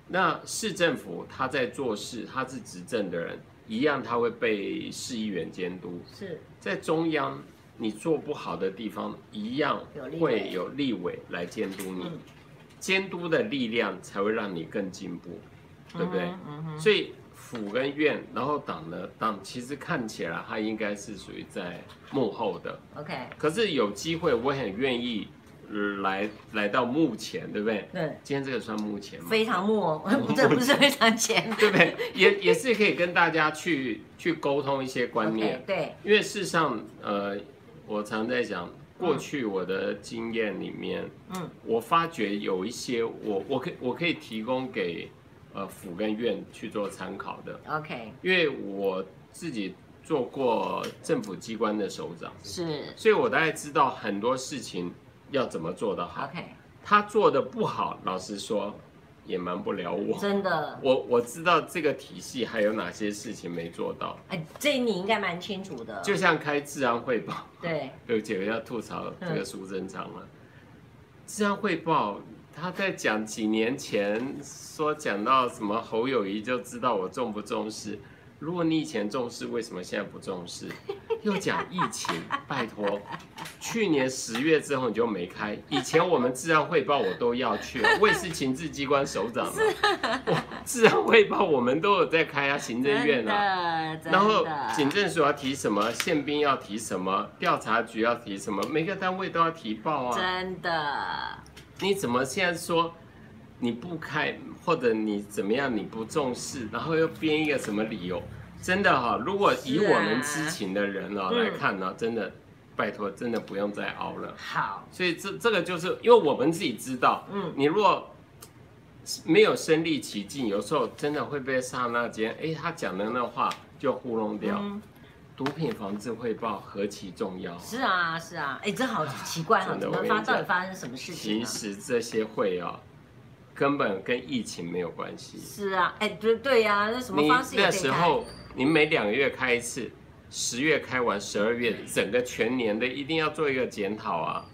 那市政府他在做事，他是执政的人，一样他会被市议员监督。
是
在中央，你做不好的地方，一样
有立委
会有立委来监督你
嗯，
监督的力量才会让你更进步，对不对
嗯？哼嗯哼
所以府跟院，然后党呢，党其实看起来它应该是属于在幕后的，
，OK，
可是有机会，我很愿意呃来来到幕前，对不对？
对，
今天这个算幕前吗？
非常木哦，这 不是非常浅
对 不对？也也是可以跟大家去去沟通一些观念
，OK，对，
因为事实上，呃，我常在讲，过去我的经验里面，
嗯，
我发觉有一些我我可我可以提供给呃府跟院去做参考的，
，OK，
因为我自己做过政府机关的首长，
是
所以我大概知道很多事情要怎么做得好。
，OK，
他做的不好，老实说，也瞒不了我。
真的，
我我知道这个体系还有哪些事情没做到，
哎，这你应该蛮清楚的，
就像开治安汇报，
对，
对不起，我要吐槽这
嗯
个苏贞昌了。治安汇报，他在讲几年前说讲到什么侯友谊就知道我重不重视。如果你以前重视，为什么现在不重视？又讲疫情，拜托，去年十月之后你就没开。以前我们治安汇报我都要去，我也是情治机关首长嘛，我治安汇报我们都有在开啊，行政
真
院啊。
的，真
然后警
的，
政署要提什么，宪兵要提什么，调查局要提什么，每个单位都要提报啊。
真的，
你怎么现在说你不开，或者你怎么样你不重视，然后又编一个什么理由？真的哈、如果以
是啊
我们知情的人啊
嗯
来看呢、真的，拜托，真的不用再熬了。
好，
所以这这个就是因为我们自己知道，
嗯
你若没有身历其境，有时候真的会被刹那间，哎，他讲的那话就糊弄掉。
嗯，
毒品防治汇报何其重要！
是啊，是啊，哎，这好奇怪哈，
真的
怎
我
么
跟你
发到底
讲
发生什么事情
其
啊？
实这些会啊，根本跟疫情没有关系。
是啊，哎，对对呀，那什么
你
方式也
那
可以
时
开，
候，你每两个月开一次，十月开完，十二月整个全年的一定要做一个检讨啊。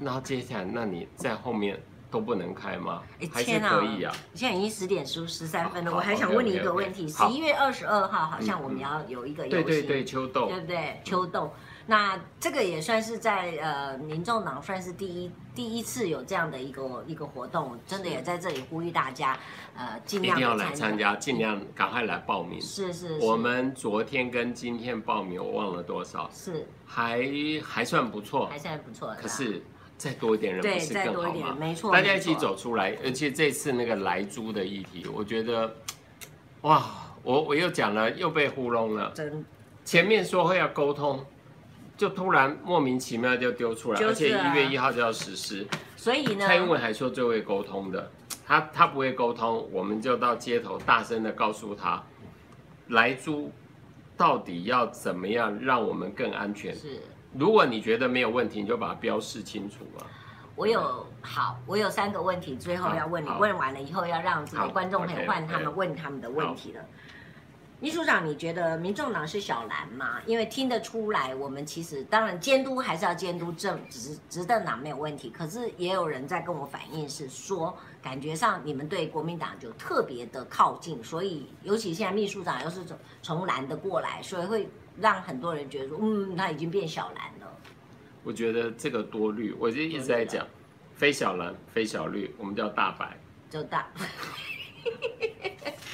然后接下来，那你在后面都不能开吗
哎？
还是
天啊
可以啊？
现在已经十点十十三分了，
好
我还想问你一个
OK，OK，OK，
问题：十
好
一月二十二号好像我们要有一个游
对
行，
对对，秋豆
对不对？秋冻，那这个也算是在呃民众党算是第一第一次有这样的一个一个活动，我真的也在这里呼吁大家，呃，尽
一
量
定
地
要来参。加，尽量赶快来报名。
是是是，
我们昨天跟今天报名，我忘了多少，
是
还还算不错
还。是还不错的啦。
可是再多一点人
啊对
不是
再
更
多一
好
点
吗？
没错
大家一起
没错
走出来，而且这次那个莱猪的议题，我觉得，哇，我我又讲了，又被糊弄了。
真
前面说会要沟通，就突然莫名其妙就丢出来，
就
而
是
且
啊
一月一号就要实施。
所以呢，
蔡英文还说最会沟通的，他他不会沟通，我们就到街头大声的告诉他，莱猪到底要怎么样让我们更安全。
是
如果你觉得没有问题，你就把它标示清楚嘛。
我有好，我有三个问题，最后
好
要问你，
好
问完了以后要让这个
好
观众朋友
OK，哎
换他
OK
们问他们的问题了。秘书长，你觉得民众党是小蓝吗？因为听得出来，我们其实当然监督还是要监督政执执政党没有问题，可是也有人在跟我反映是说，感觉上你们对国民党就特别的靠近，所以尤其现在秘书长又是从从蓝的过来，所以会让很多人觉得说，嗯，他已经变小蓝了。
我觉得这个多虑，我就一直在
啊
讲，非小蓝，非小绿，我们叫大白，
就大，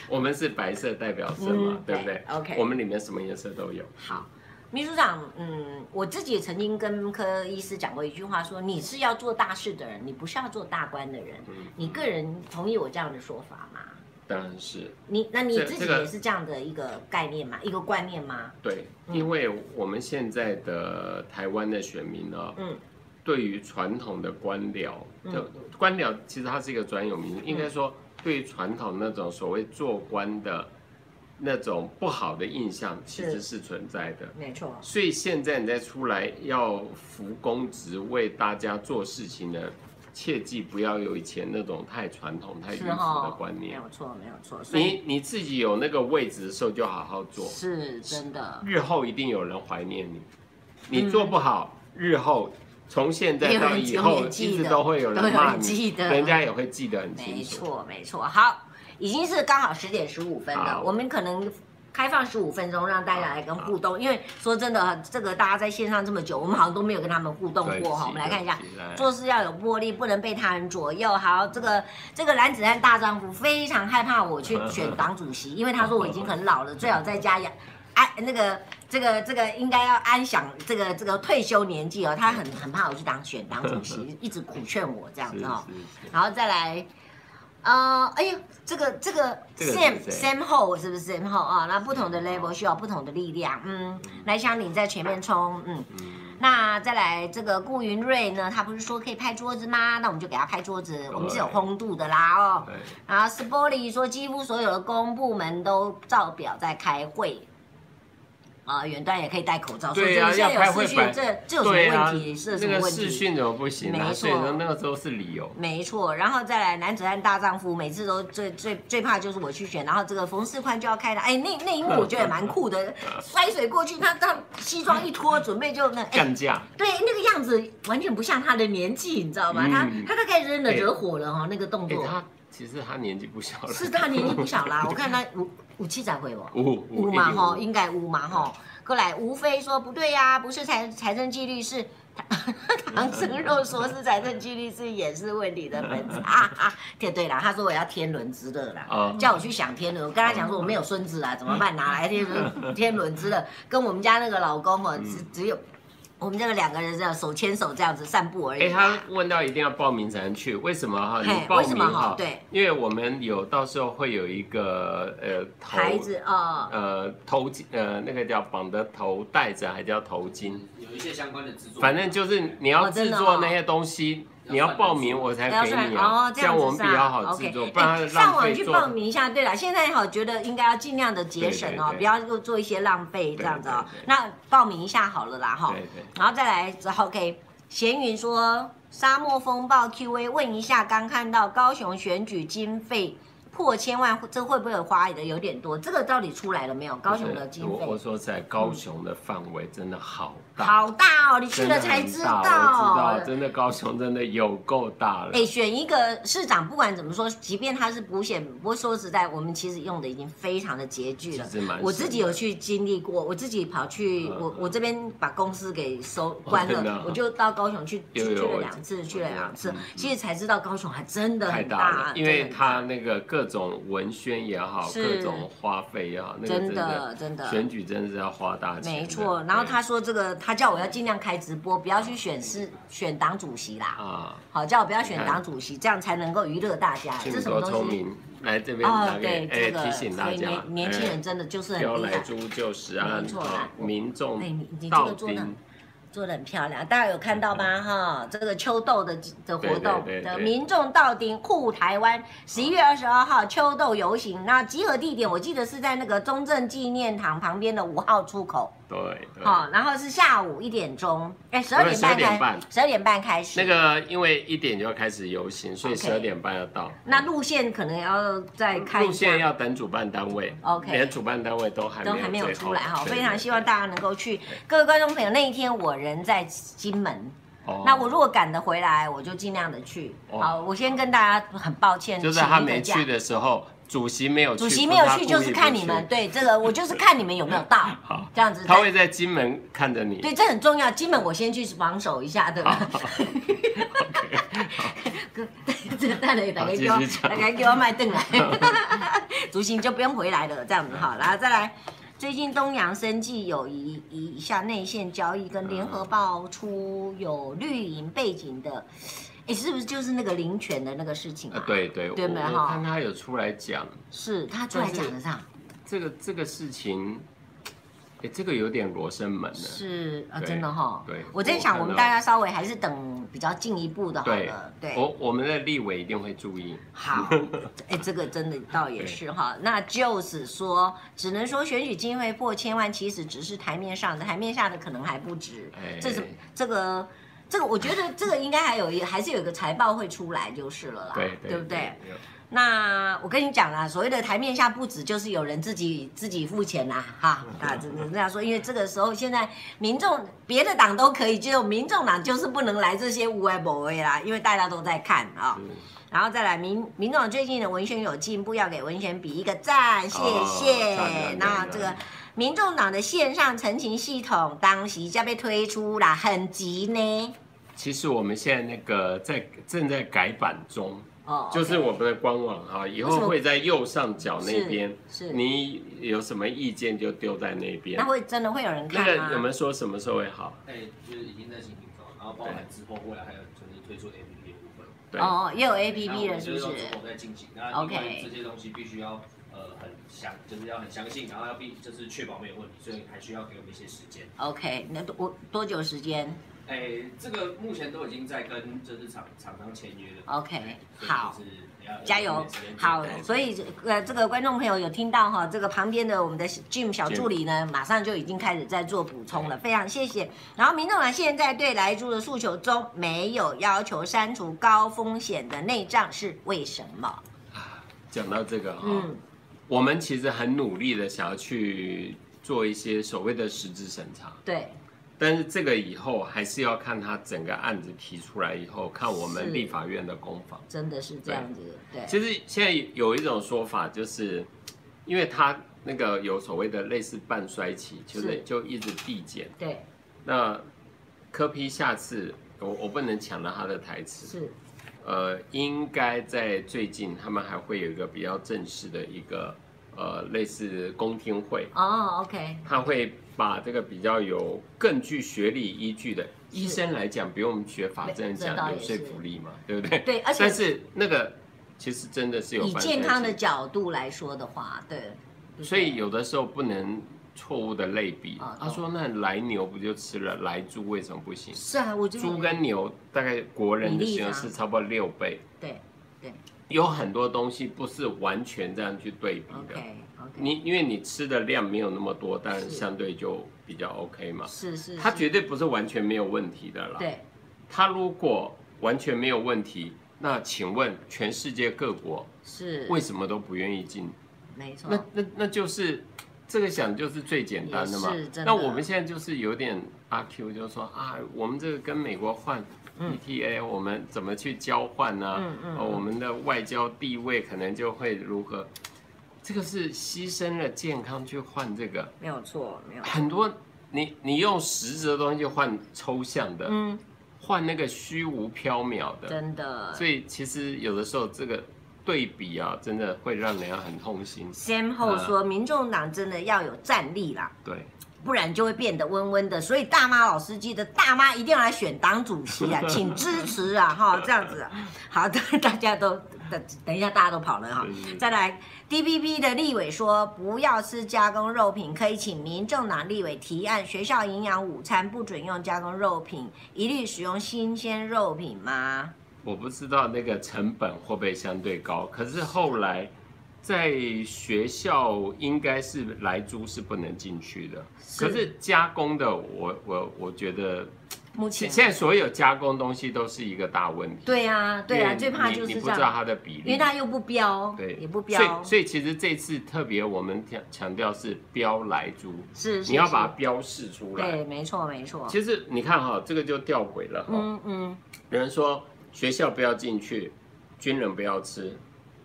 我们是白色代表色嘛，
嗯
对不对
对，OK
我们里面什么颜色都有。
好，秘书长，嗯，我自己也曾经跟柯医师讲过一句话说你是要做大事的人，你不是要做大官的人。
嗯，
你个人同意我这样的说法吗？
当然是
你那你
这
自己
这个
也是这样的一个概念吗？一个观念吗？
对，
嗯
因为我们现在的台湾的选民呢，
嗯
对于传统的官僚，
嗯
就官僚其实它是一个专有名词，应该说对于传统那种所谓做官的那种不好的印象，其实
是
是存在的。
没错，
所以现在你再出来要服公职为大家做事情呢，切记不要有以前那种太传统、太迂
是
腐的
哈，
观
没
念。
有错，没有错，所以
你你自己有那个位置的时候，就好好做，
是真的，
日后一定有人怀念你。你做不好，日后从现在
有人
到以
永
后，
远记
一直
得
都会有
都
人
有
骂
人
你
记，得
人家也会记得很清
没
楚。
错，没错。好，已经是刚好十点十五分了
好，
我们可能。开放十五分钟，让大家来跟互动。因为说真的，这个大家在线上这么久，我们好像都没有跟他们互动
对
过哈。
记
我们来看一下
得起，来
做事要有魄力，不能被他人左右。好，这个这个男子汉大丈夫非常害怕我去选党主席，因为他说我已经很老了，最好在家养安那个这个这个应该要安享这个这个退休年纪哦。他很很怕我去当选党主席， 一直苦劝我这样
是
子哦。
是是
然后再来，呃，哎呦，这个这个
这个
Sam
是谁
Sam Ho 是不是 Sam Ho 啊？那不同的 level 需要不同的力量，嗯，来香你在前面冲，嗯。那再来这个顾云瑞呢，他不是说可以拍桌子吗？那我们就给他拍桌子，我们是有风度的啦哦。
对。
然后 Spoli 说，几乎所有的公部门都照表在开会。啊，远端也可以戴口罩，所以
对
这
呀
个现在
要开
有
会
视讯
本，
这这有什么
对
问题？这有什
啊、那
么
个
问题？
视讯怎么不行
没
啊？
错
所以说那个时候是理由。
没错，然后再来男子汉大丈夫，每次都最最最怕就是我去选，然后这个冯世宽就要开了，哎，那那一幕我觉得也蛮酷的，摔水过去，他他西装一脱，准备就那，哎，
干 架，
对，那个样子完全不像他的年纪，你知道吗？
嗯
他他大概真的
哎
惹火了哈、那个动
哎、
作，
他其实他年纪不小了，
是他年纪不小啦，我看他五五七才会哦。
五
五嘛吼，
一定
应该五嘛
嗯
吼。过来，吴非说不对呀、不是财财政纪律是。 唐僧肉说是财政纪律是也是问题的本质啊啊！对对啦，他说我要天伦之乐啦，
啊
叫我去想天伦。我跟他讲说我没有孙子啊，怎么办？哪来天伦天伦之乐？跟我们家那个老公哦，只
嗯
只有我们这个两个人这样手牵手这样子散步而
哎、
已
他
啦。
问到一定要报名才能去，为什么哈？
嘿
你报
为什
名
么哈
哈？
对，
因为我们有到时候会有一个呃头
孩子啊，
呃头巾呃那个叫绑的头带子还叫头巾，
有一些相关的制作，
反正就是你要
哦真
制
的哦
作那些东西，
要
你要
算
报
人
名
数
我才
要
给
算
你
哦
啊，，
这
样
样
我
子
们
是
比
吧
较好制
OK，
作，不
哎
然
上
浪
网
费
去
做
报名一下。对了，现在哈觉得应该要尽量的节省哦，
对对对
不要又做一些浪费这样子哦
对对对。
那报名一下好了啦哈
对对，
然后再来之后 OK。闲云说：“沙漠风暴 Q&A，问一下，刚看到高雄选举经费破千万，这会不会花的有点多？这个到底出来了没有？高雄的经
我我
费
说实在高雄的范围真的好大，
好大哦，你去
真的
了
很大，
才知
我
道。哦
知道，真的高雄真的有够大了。
哎，选一个市长，不管怎么说，即便他是补选，不过说实在，我们其实用的已经非常的拮据了
其实蛮。
我自己有去经历过，我自己跑去，
嗯
我我这边把公司给收关
真的
了
啊，
我就到高雄 去去
有
去
有
了
我
两次，
我
去了
知道
两次
嗯，
其实才知道高雄还真的
太
很
大
大
了，，因为
真的很
他
大
那个各种文宣也好，
是
各种花费也好，那个
真
真
的
的
真的
选举啊真的是要花大钱的。
没错。然后
对
他说这个，他叫我要尽量开直播，不要去选市选党主席啦。
啊，
好，叫我不要选
你看
党主席，这样才能够娱乐大家。
这
这
么
什么
多聪
东西？
明，来这边
哦
拿，
对
给，
这
哎
个
提醒大
所以
家，
年年轻人
哎
真的就是很
挑
厉
来
害，
诛九十啊
没，错
好
啦
民众
哎你你这
到
个做得
兵
很做的很漂亮，大家有看到吗？哈，这个秋豆的的活动
嗯对对对
的
对
民众到顶护台湾，十一月二十二号秋豆游行，那集合地点我记得是在那个中正纪念堂旁边的五号出口。
对对。
好、然后是下午一点钟，哎，十二
不是
点半
12点
开
半，
十二点半开始。
那个因为一点就要开始游行，所以
OK
十二点半要到。
那路线可能要再开
路
一
线
下。
要等主办单位
OK
连主办单位都还
都
没
还没有
有
出来哈，
最后
非常希望
对
大家能够去。各位观众朋友，那一天我人在金门，
对哦
那我如果赶得回来，我就尽量的去。
哦
好，我先跟大家很抱歉，
就是
请
他
那个
没
假
去的时候，主席没有去，
主席
不
没有
他
去，
故
就
意
是
不
看
去
你们。对这个，我就是看你们有没有到
好，
这样子。
他会在金门看着你。
对，这很重要。金门我先去防守一下，对
好
吧？
，OK，好
这大家大
好
家
继
给
续
我，
讲
大家给我卖凳来， 竹行就不用回来了，这样子哈。然后再来，最近东洋生计有一一项内线交易，跟联合报出有绿营背景的，诶，是不是就是那个林权的那个事情
呃
啊？，
对对，
对
我
没
我
哈
看他有出来讲
是啊他出来讲的上
这个这个事情，哎，这个有点罗生门了。
是啊，
对
真的哈。
对
我在
我
想
看
我们
到
大家稍微还是等比较进一步的好
对
了，对。
我我们的立委一定会注意。
好，哎、这个真的倒也是哈。那就是说，只能说选举经费破千万，其实只是台面上的，台面下的可能还不止。
哎，
这是这个这个，我觉得这个应该还有一还是有一个财报会出来就是了啦，
对
不对？？那我跟你讲啦，所谓的台面下不止就是有人自己自己付钱啦，哈，
嗯
啊，只能这样说，因为这个时候现在民众别的党都可以，只有民众党就是不能来这些无为不为啦，因为大家都在看啊、
是
然后再来民民众最近的文宣有进步，要给文宣比一个赞，谢
哦
谢。
赞赞
那
赞
这个民众党的线上陈情系统当时就要被推出啦，很急呢。
其实我们现在那个在正在改版中，
哦，
就是
OK，
我们的官网哈，以
为什
后
么
会在右上角那边，
是是，
你有什么意见就丢在那边
那。会真的会有人
那
看啊
个我
吗？
们说什么时候会好？
哎，就是已经在进行中，然后包含之后未来还有就是推出 APP 的部分。
对，
哦，也有 A P
然
P
后
了，是不
我
是
们？就是要之后再进行。那因
OK
为这些东西必须要呃很详，就是要很详细，然后要必就是确保没有问题，所以还需要给我们一些时间。
OK，那多我多久时间
哎，这个目前都已经在跟就是厂厂商签约了。
？OK，
所以就是
好。
要
加油！好，所以呃，这个观众朋友有听到哈，这个旁边的我们的 Jim 小助理呢，马上就已经开始在做补充了，非常谢谢。然后民众党现在对来猪的诉求中没有要求删除高风险的内脏，是为什么？
讲到这个哈、
嗯，
我们其实很努力的想要去做一些所谓的实质审查，
对，
但是这个以后还是要看他整个案子提出来以后，看我
是
们立法院的攻防。
真的是这样子，对，
其实现在有一种说法，就是因为他那个有所谓的类似半衰期，就是
是
就一直递减。
对，
那柯批下次我我不能抢了他的台词，
是
呃，应该在最近他们还会有一个比较正式的一个呃类似公听会，
哦，OK，
他会把这个比较有更具学历依据的医生来讲，比我们学法政
这倒
讲
也
有说
是
服力嘛，对不对？
对，而且
但是那个其实真的是有
以
犯罪
健康的
性
角度来说的话，对，
所以有的时候不能错误的类比
啊。
他说那来牛不就吃了，来猪为什么不行？
是啊，我就
猪跟牛大概国人的
比例
形容
差
是差不多六倍，
对
有很多东西不是完全这样去对比的。
，OK OK，
你因为你吃的量没有那么多，但
是
相对就比较 OK 嘛。
是是，
它
是
绝对不是完全没有问题的啦。
对
它如果完全没有问题，那请问全世界各国
是
为什么都不愿意进
没错，
那那那就是这个想就是最简单的嘛
也是真的。
那我们现在就是有点阿 Q，就是说啊，我们这个跟美国换
嗯
ETA，、我们怎么去交换呢、
嗯嗯
呃我们的外交地位可能就会如何？这个是牺牲了健康去换这个，
嗯没有错，没有错。
很多你你用实质的东西去换抽象的，
嗯，
换那个虚无缥缈的。
真的。
所以其实有的时候这个对比啊，真的会让人家很痛心。
Sam 后说，
嗯
民众党真的要有战力啦，
对。
不然就会变得温温的。所以大妈老司机的大妈一定要来选党主席 啊，请支持啊，哈，这样子啊、好 的，大家都等等一下，大家都跑了哈。再来，DPP 的立委说不要吃加工肉品，可以请民众党立委提案，学校营养午餐不准用加工肉品，一律使用新鲜肉品吗？
我不知道那个成本会不会相对高，可是后来在学校应该是来租是不能进去的，可是加工的我我我觉得
目前
现现在所有加工东西都是一个大问题。
对呀、对
因
呀、
为
最怕
你
就是
你
这
不知道
样，
它的比
因为
例，
它又不标，
对，
也不
所以
标，
所以其实这次特别我们强强调是标来租，
是是
你要
是
把它标示出来。
对，没错没错，
其实你看哈，这个就吊诡了哈。
嗯嗯，
有人说学校不要进去，军人不要吃，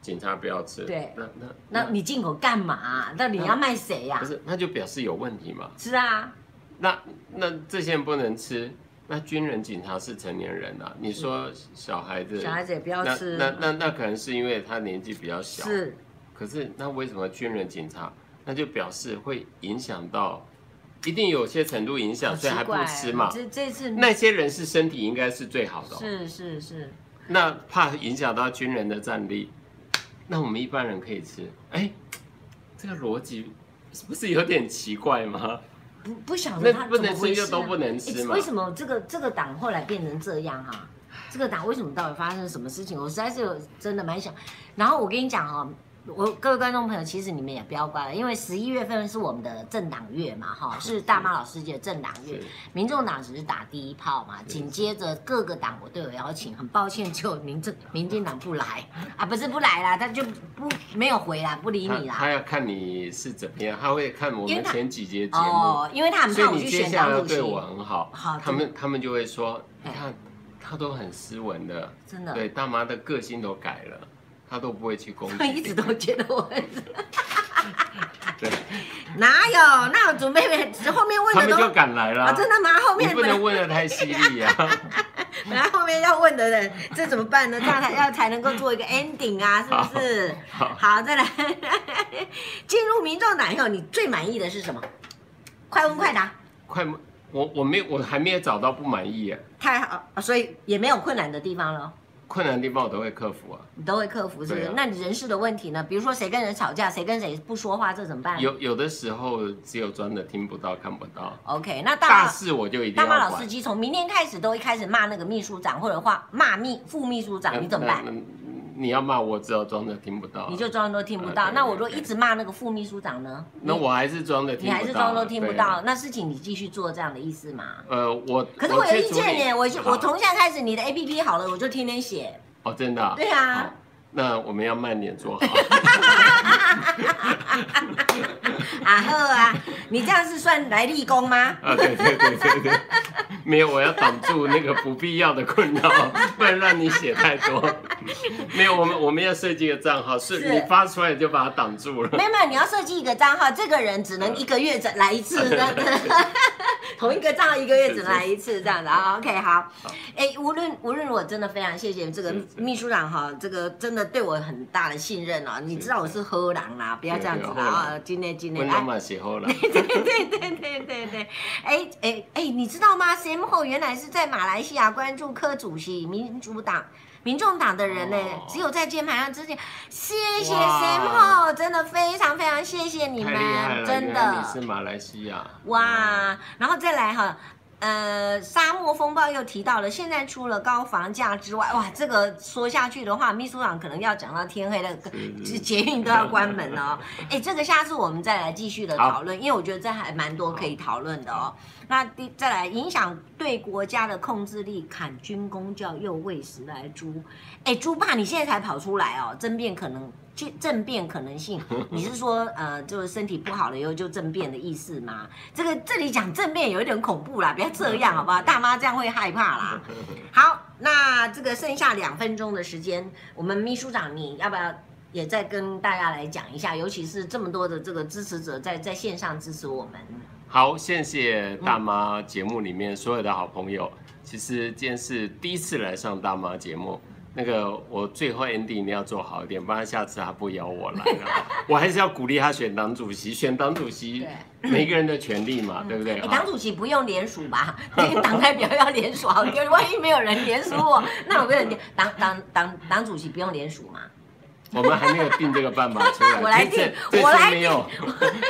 警察不要吃。
对
那那
那你啊进口干嘛？那你要卖谁呀、
不是，那就表示有问题嘛。
是啊，
那那这些人不能吃，那军人、警察是成年人啊。你说小孩子，
小孩子也不要
那
吃，
那那那可能是因为他年纪比较小。。
是
可是那为什么军人、警察？那就表示会影响到，一定有些程度影响，
好
所
奇
以还不
怪啊
吃嘛。
这这次
那些人是身体应该是最好的哦、
是是是，
那怕影响到军人的战力，那我们一般人可以吃。哎，这个逻辑是不是有点奇怪吗？
不不晓得哦他
那不
怎么
能
回
吃
事、啊
就。都不能
诶
吃嘛
为。什么这个这个党后来变成这样啊？这个党为什么到底发生什么事情？我实在是有真的蛮想。然后我跟你讲哦，我各位观众朋友，其实你们也不要怪了，因为十一月份是我们的政党月嘛， 哈，是大妈老师节政党月
是，
民众党只是打第一炮嘛，紧接着各个党我都有邀请，很抱歉，只有民政民进党不来 啊，不是不来啦，他就不没有回来，不理
他
你啦。
他要看你是怎么样，他会看我
因为
们
他
前几节节目，
哦，因为他很
所
怕
以
我
你
去
接
选
下
党
来
主
对我
席，
很好。
好
他们他们就会说，
哎
你看他都很斯文的，
真的。
对大妈的个性都改了，他都不会 去攻
他一直
击。
都觉得我很
对，
哪有？那我准备后面问
他
的
们
都
就敢来了。
啊，真的吗？后
你
面
不
本来
能问的太犀利啊。
本来后面要问的人，这怎么办呢？这样才要才能够做一个 ending 啊，是不是？
好
好，再来，进入民众党以后，你最满意的是什么？快问快答，
快，我我没有，我还没有找到不满意啊耶，
太好，所以也没有困难的地方了。
困难的地方我都会克服啊。
你都会克服，是不
对
是？
啊
那你人事的问题呢？比如说谁跟人吵架，谁跟谁不说话，这怎么办
有有的时候只有真的听不到看不到，
？OK，那大
大
家。
事我就一定
大
要
妈老司
管。
机从明天开始都一开始骂那个秘书长，或者话骂秘副秘书长，你怎么办
那？？那你要骂我，只有装着听不到啊。
你就装作听不
啊
到。
对
那
对
我如果
对
一直骂那个副秘书长呢？
那我还是装着
你
听不到啊。
还是装作听不
对啊
到，。那事情你继续做这样的意思吗？
呃，我
可是我有
去
意
处理
见耶，我就
好
我从现在开始你的 A P P 好了，我就天天写。
哦，真的啊。
对啊
好。那我们要慢点做好。
啊呵啊，你这样是算来立功吗？
啊，对对对对对， 没有，我要挡住那个不必要的困扰， 不然让你写太多。 没有，我们我们要设计个账号，是
是
你发出来就把它挡住了。嗯
没有没有，你要设计一个账号，这个人只能一个月只来一 次，这样子，同一个账号一个月只能来一次这样子
嗯
啊。OK，好，哎，无论无论我真的非常谢谢这个
是是
秘书长哈，这个真的对我很大的信任哦。你知道我是喝狼啦，不要这样子
对
啦
对
啊，今天今
温
天
妈
哎。
妈写后了，
对对对对对，哎哎哎，你知道吗？CM 后原来是在马来西亚关注柯主席民主党。民众党的人呢、
哦
只有在键盘上之前，谢谢
哇
Sam 后，真的非常非常谢谢 你
太
们
厉害，了！
真
原来你
的
是马来西亚，
哇！然后再来哈，呃，沙漠风暴又提到了，现在除了高房价之外，哇，这个说下去的话，秘书长可能要讲到天黑了，
是
捷捷运都要关门了哦。哎，这个下次我们再来继续的
好
讨论，因为我觉得这还蛮多可以讨论的哦。那第再来影响对国家的控制力，砍军工教又喂食来猪。哎，猪爸，你现在才跑出来哦，政变可能。就政变可能性，你是说呃，就是身体不好了以后就政变的意思吗？这个这里讲政变有一点恐怖啦，不要这样好不好？大妈这样会害怕啦。好，那这个剩下两分钟的时间，我们秘书长你要不要也再跟大家来讲一下？尤其是这么多的这个支持者在在线上支持我们，
好，谢谢大妈节目里面所有的好朋友。其实今天是第一次来上大妈节目，那个我最后 ending 一定要做好一点，不然下次他不邀我来了。 我还是要鼓励他选党主席，选党主席每个人的权利嘛，对不对？
哎，党主席不用联署吧？ 这个党代表要联署好丢， 万一没有人联署我， 那我不能党党党党主席不用联署嘛？
我们还没有定这个办法出来，
我来
这次
定我
这
来
次没有，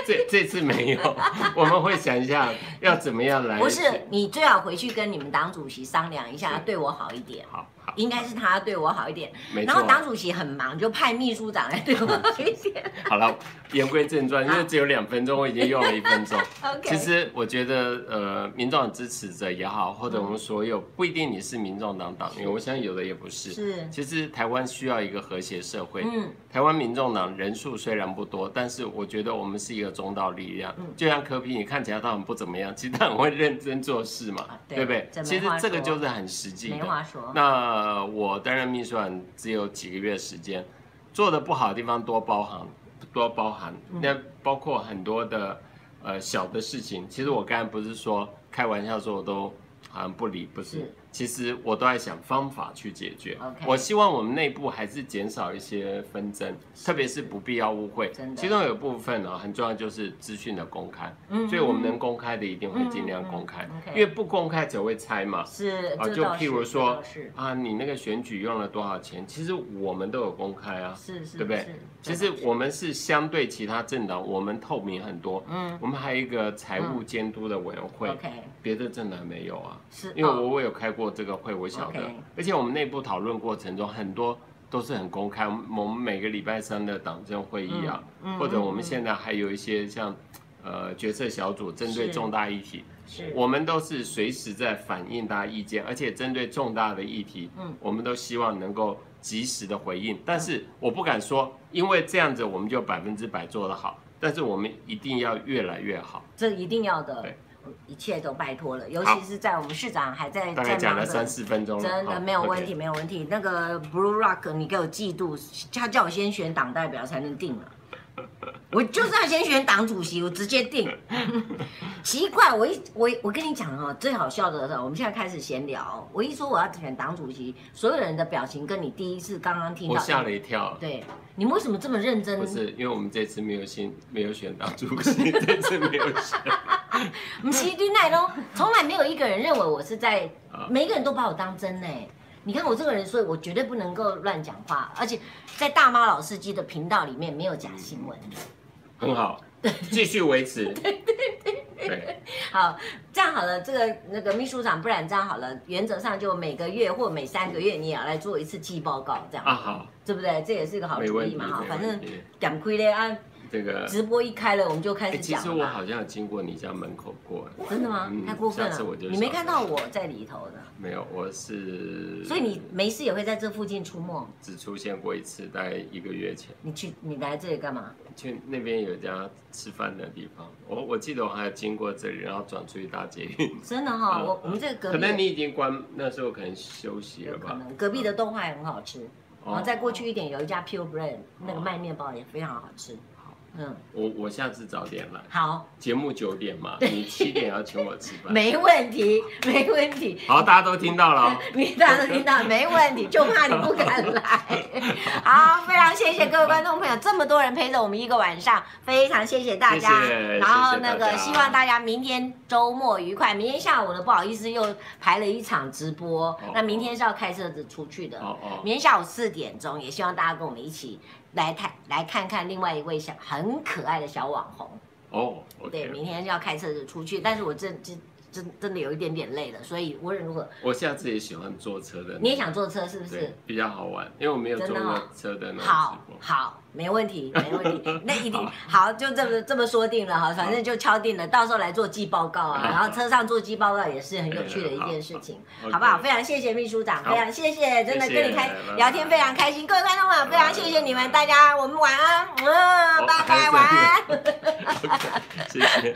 这这次没有，我们会想一下要怎么样来。
不是，你最好回去跟你们党主席商量一下，
是
对我好一点。
好，好，
应该是他对我好一点。
没
然后
错。
党主席很忙，就派秘书长来对我好一 点。
好了，言归正传，因为只有两分钟，我已经用了一分钟。
OK，
其实我觉得，呃，民众党支持者也好，或者我们所有，不一定你是民众党党员，我相信有的也不是。
是
其实台湾需要一个和谐社会。
嗯
台湾民众党人数虽然不多，但是我觉得我们是一个中道力量。
嗯
就像柯比，你看起来他很不怎么样，其实他很会认真做事嘛，
啊对
对不对？
这没
其实
话
这个
说
就是很实际
没
的。
话说。
那我担任秘书长只有几个月时间，做的不好的地方多包涵，多包涵。
嗯
那包括很多的呃小的事情，其实我刚才不是说开玩笑说我都好像不理，不是，
是
其实我都在想方法去解决。
OK
我希望我们内部还是减少一些纷争，特别是不必要误会
真。的
其中有部分呢、哦很重要，就是资讯的公开，
嗯
所以我们能公开的一定会尽量
嗯嗯嗯
公开，
OK
因为不公开只会猜嘛。
是，
啊
这
就
倒
譬如
是这
说
倒是
啊，你那个选举用了多少钱？其实我们都有公开啊，
是是，
对不对
是？
其
真
实
的是
我们是相对其他政党，我们透明很多。
嗯
我们还有一个财务监督的委员会，
，OK，
别的政党没有啊。
是，
因为
哦
我我有开过这个会，我晓得
OK。
而且我们内部讨论过程中，很多都是很公开。我们我们每个礼拜三的党政会议啊，
嗯嗯
或者我们
嗯
现在还有一些像呃决策小组针对
是
重大议题，
是
我们都是随时在反映大家意见，而且针对重大的议题，
嗯
我们都希望能够及时的回应。但是我不敢说，因为这样子我们就百分之百做得好，但是我们一定要越来越好。
这一定要的
对，
一切都拜托了，尤
好
其是在我们市长还在
大
在
概讲
忙
了三
哎的。
四分钟了，
真的
好
没有问。
OK
题，没有问题。那个 Blue Rock，你给我嫉妒，他叫我先选党代表才能定了。我就是要先选党主席，我直接定。 奇怪，我一我我跟你讲哦，最好笑的是，我们现在开始闲聊。我一说我要选党主席，所有人的表情跟你第一次刚刚听到，
我吓了一跳，
对，你们为什么这么认真？
不是因为我们这次没有新没有选党主席，这次没有选，
不是你奈咯，从来没有一个人认为我是在
啊，
每一个人都把我当真呢、你看我这个人，所以我绝对不能够乱讲话，而且在大妈老司机的频道里面没有假新闻。
嗯很好，继续维持。 对对对，
好，这样好了，这个那个秘书长，不然这样好了，原则上就每个月或每三个月你也要来做一次季报告，这样、
啊好，
对不对？这也是一个好
没
主
问
意
题，
嘛哈
没，
反
问
正
题
点亏嘞啊，
这个
直播一开了我们就开
哎，
始
其
讲
实
了
我
嘛。
好像有经过你家门口过，哎
真的吗？
嗯
太过分
下次我
了！
就
你没
上
看
去
到我在里头的，
没有，我是
所以你没事也会在这附近出没。
只出现过一次，大概一个月前，
你去，你来这里干嘛？
去那边有一家吃饭的地方，我我记得我还经过这里，然后转出去搭捷运，
真的哈、
嗯
我我们这个隔
可
壁的
能你已经关，那时候可能休息
有
了
可
吧，
能隔壁的豆花也很好吃，然后再过去一点有一家 Pure Bread，那个
哦
卖面包也非常好吃
好。
嗯，
我我下次早点来，
好，
节目九点嘛，你七点要请我吃 饭。
没问题，没问题。
好，大家都听到了哦，
你大家都听 到，没问题，就怕你不敢来。好，非常谢谢各位观众朋友，这么多人陪着我们一个晚上，非常谢谢大家。
谢谢
然后
谢谢大
那
家
个希望大家明天周末愉快。明天下午呢，不好意思又排了一场直播，那明天是要开车子出去的。
哦哦，
明天下午四点钟，也希望大家跟我们一起来看来看看另外一位小很可爱的小网红。
哦，OK，
对，明天要开车子出去，但是我真真真真的有一点点累了，所以无论如何，
我下次也喜欢坐车的，
你也想坐车是不
对
是？
比较好玩，因为我没有坐
真的
过
哦
车的那种
好
直播。
好，没问题，没问题，那 一定好，就这么这么说定了哈，反正就敲定了，到时候来做季报告 啊，
好
然后车上做季报告也是很有趣的一件事情。
OK
好不好？非常谢谢秘书长，
好
非常谢谢，真的
谢谢
跟你开
拜拜
聊天非常开心，各位观众朋友，非常谢谢你们大家，我们晚安，嗯，
哦
拜
还
拜，
有这样
晚安。
谢谢。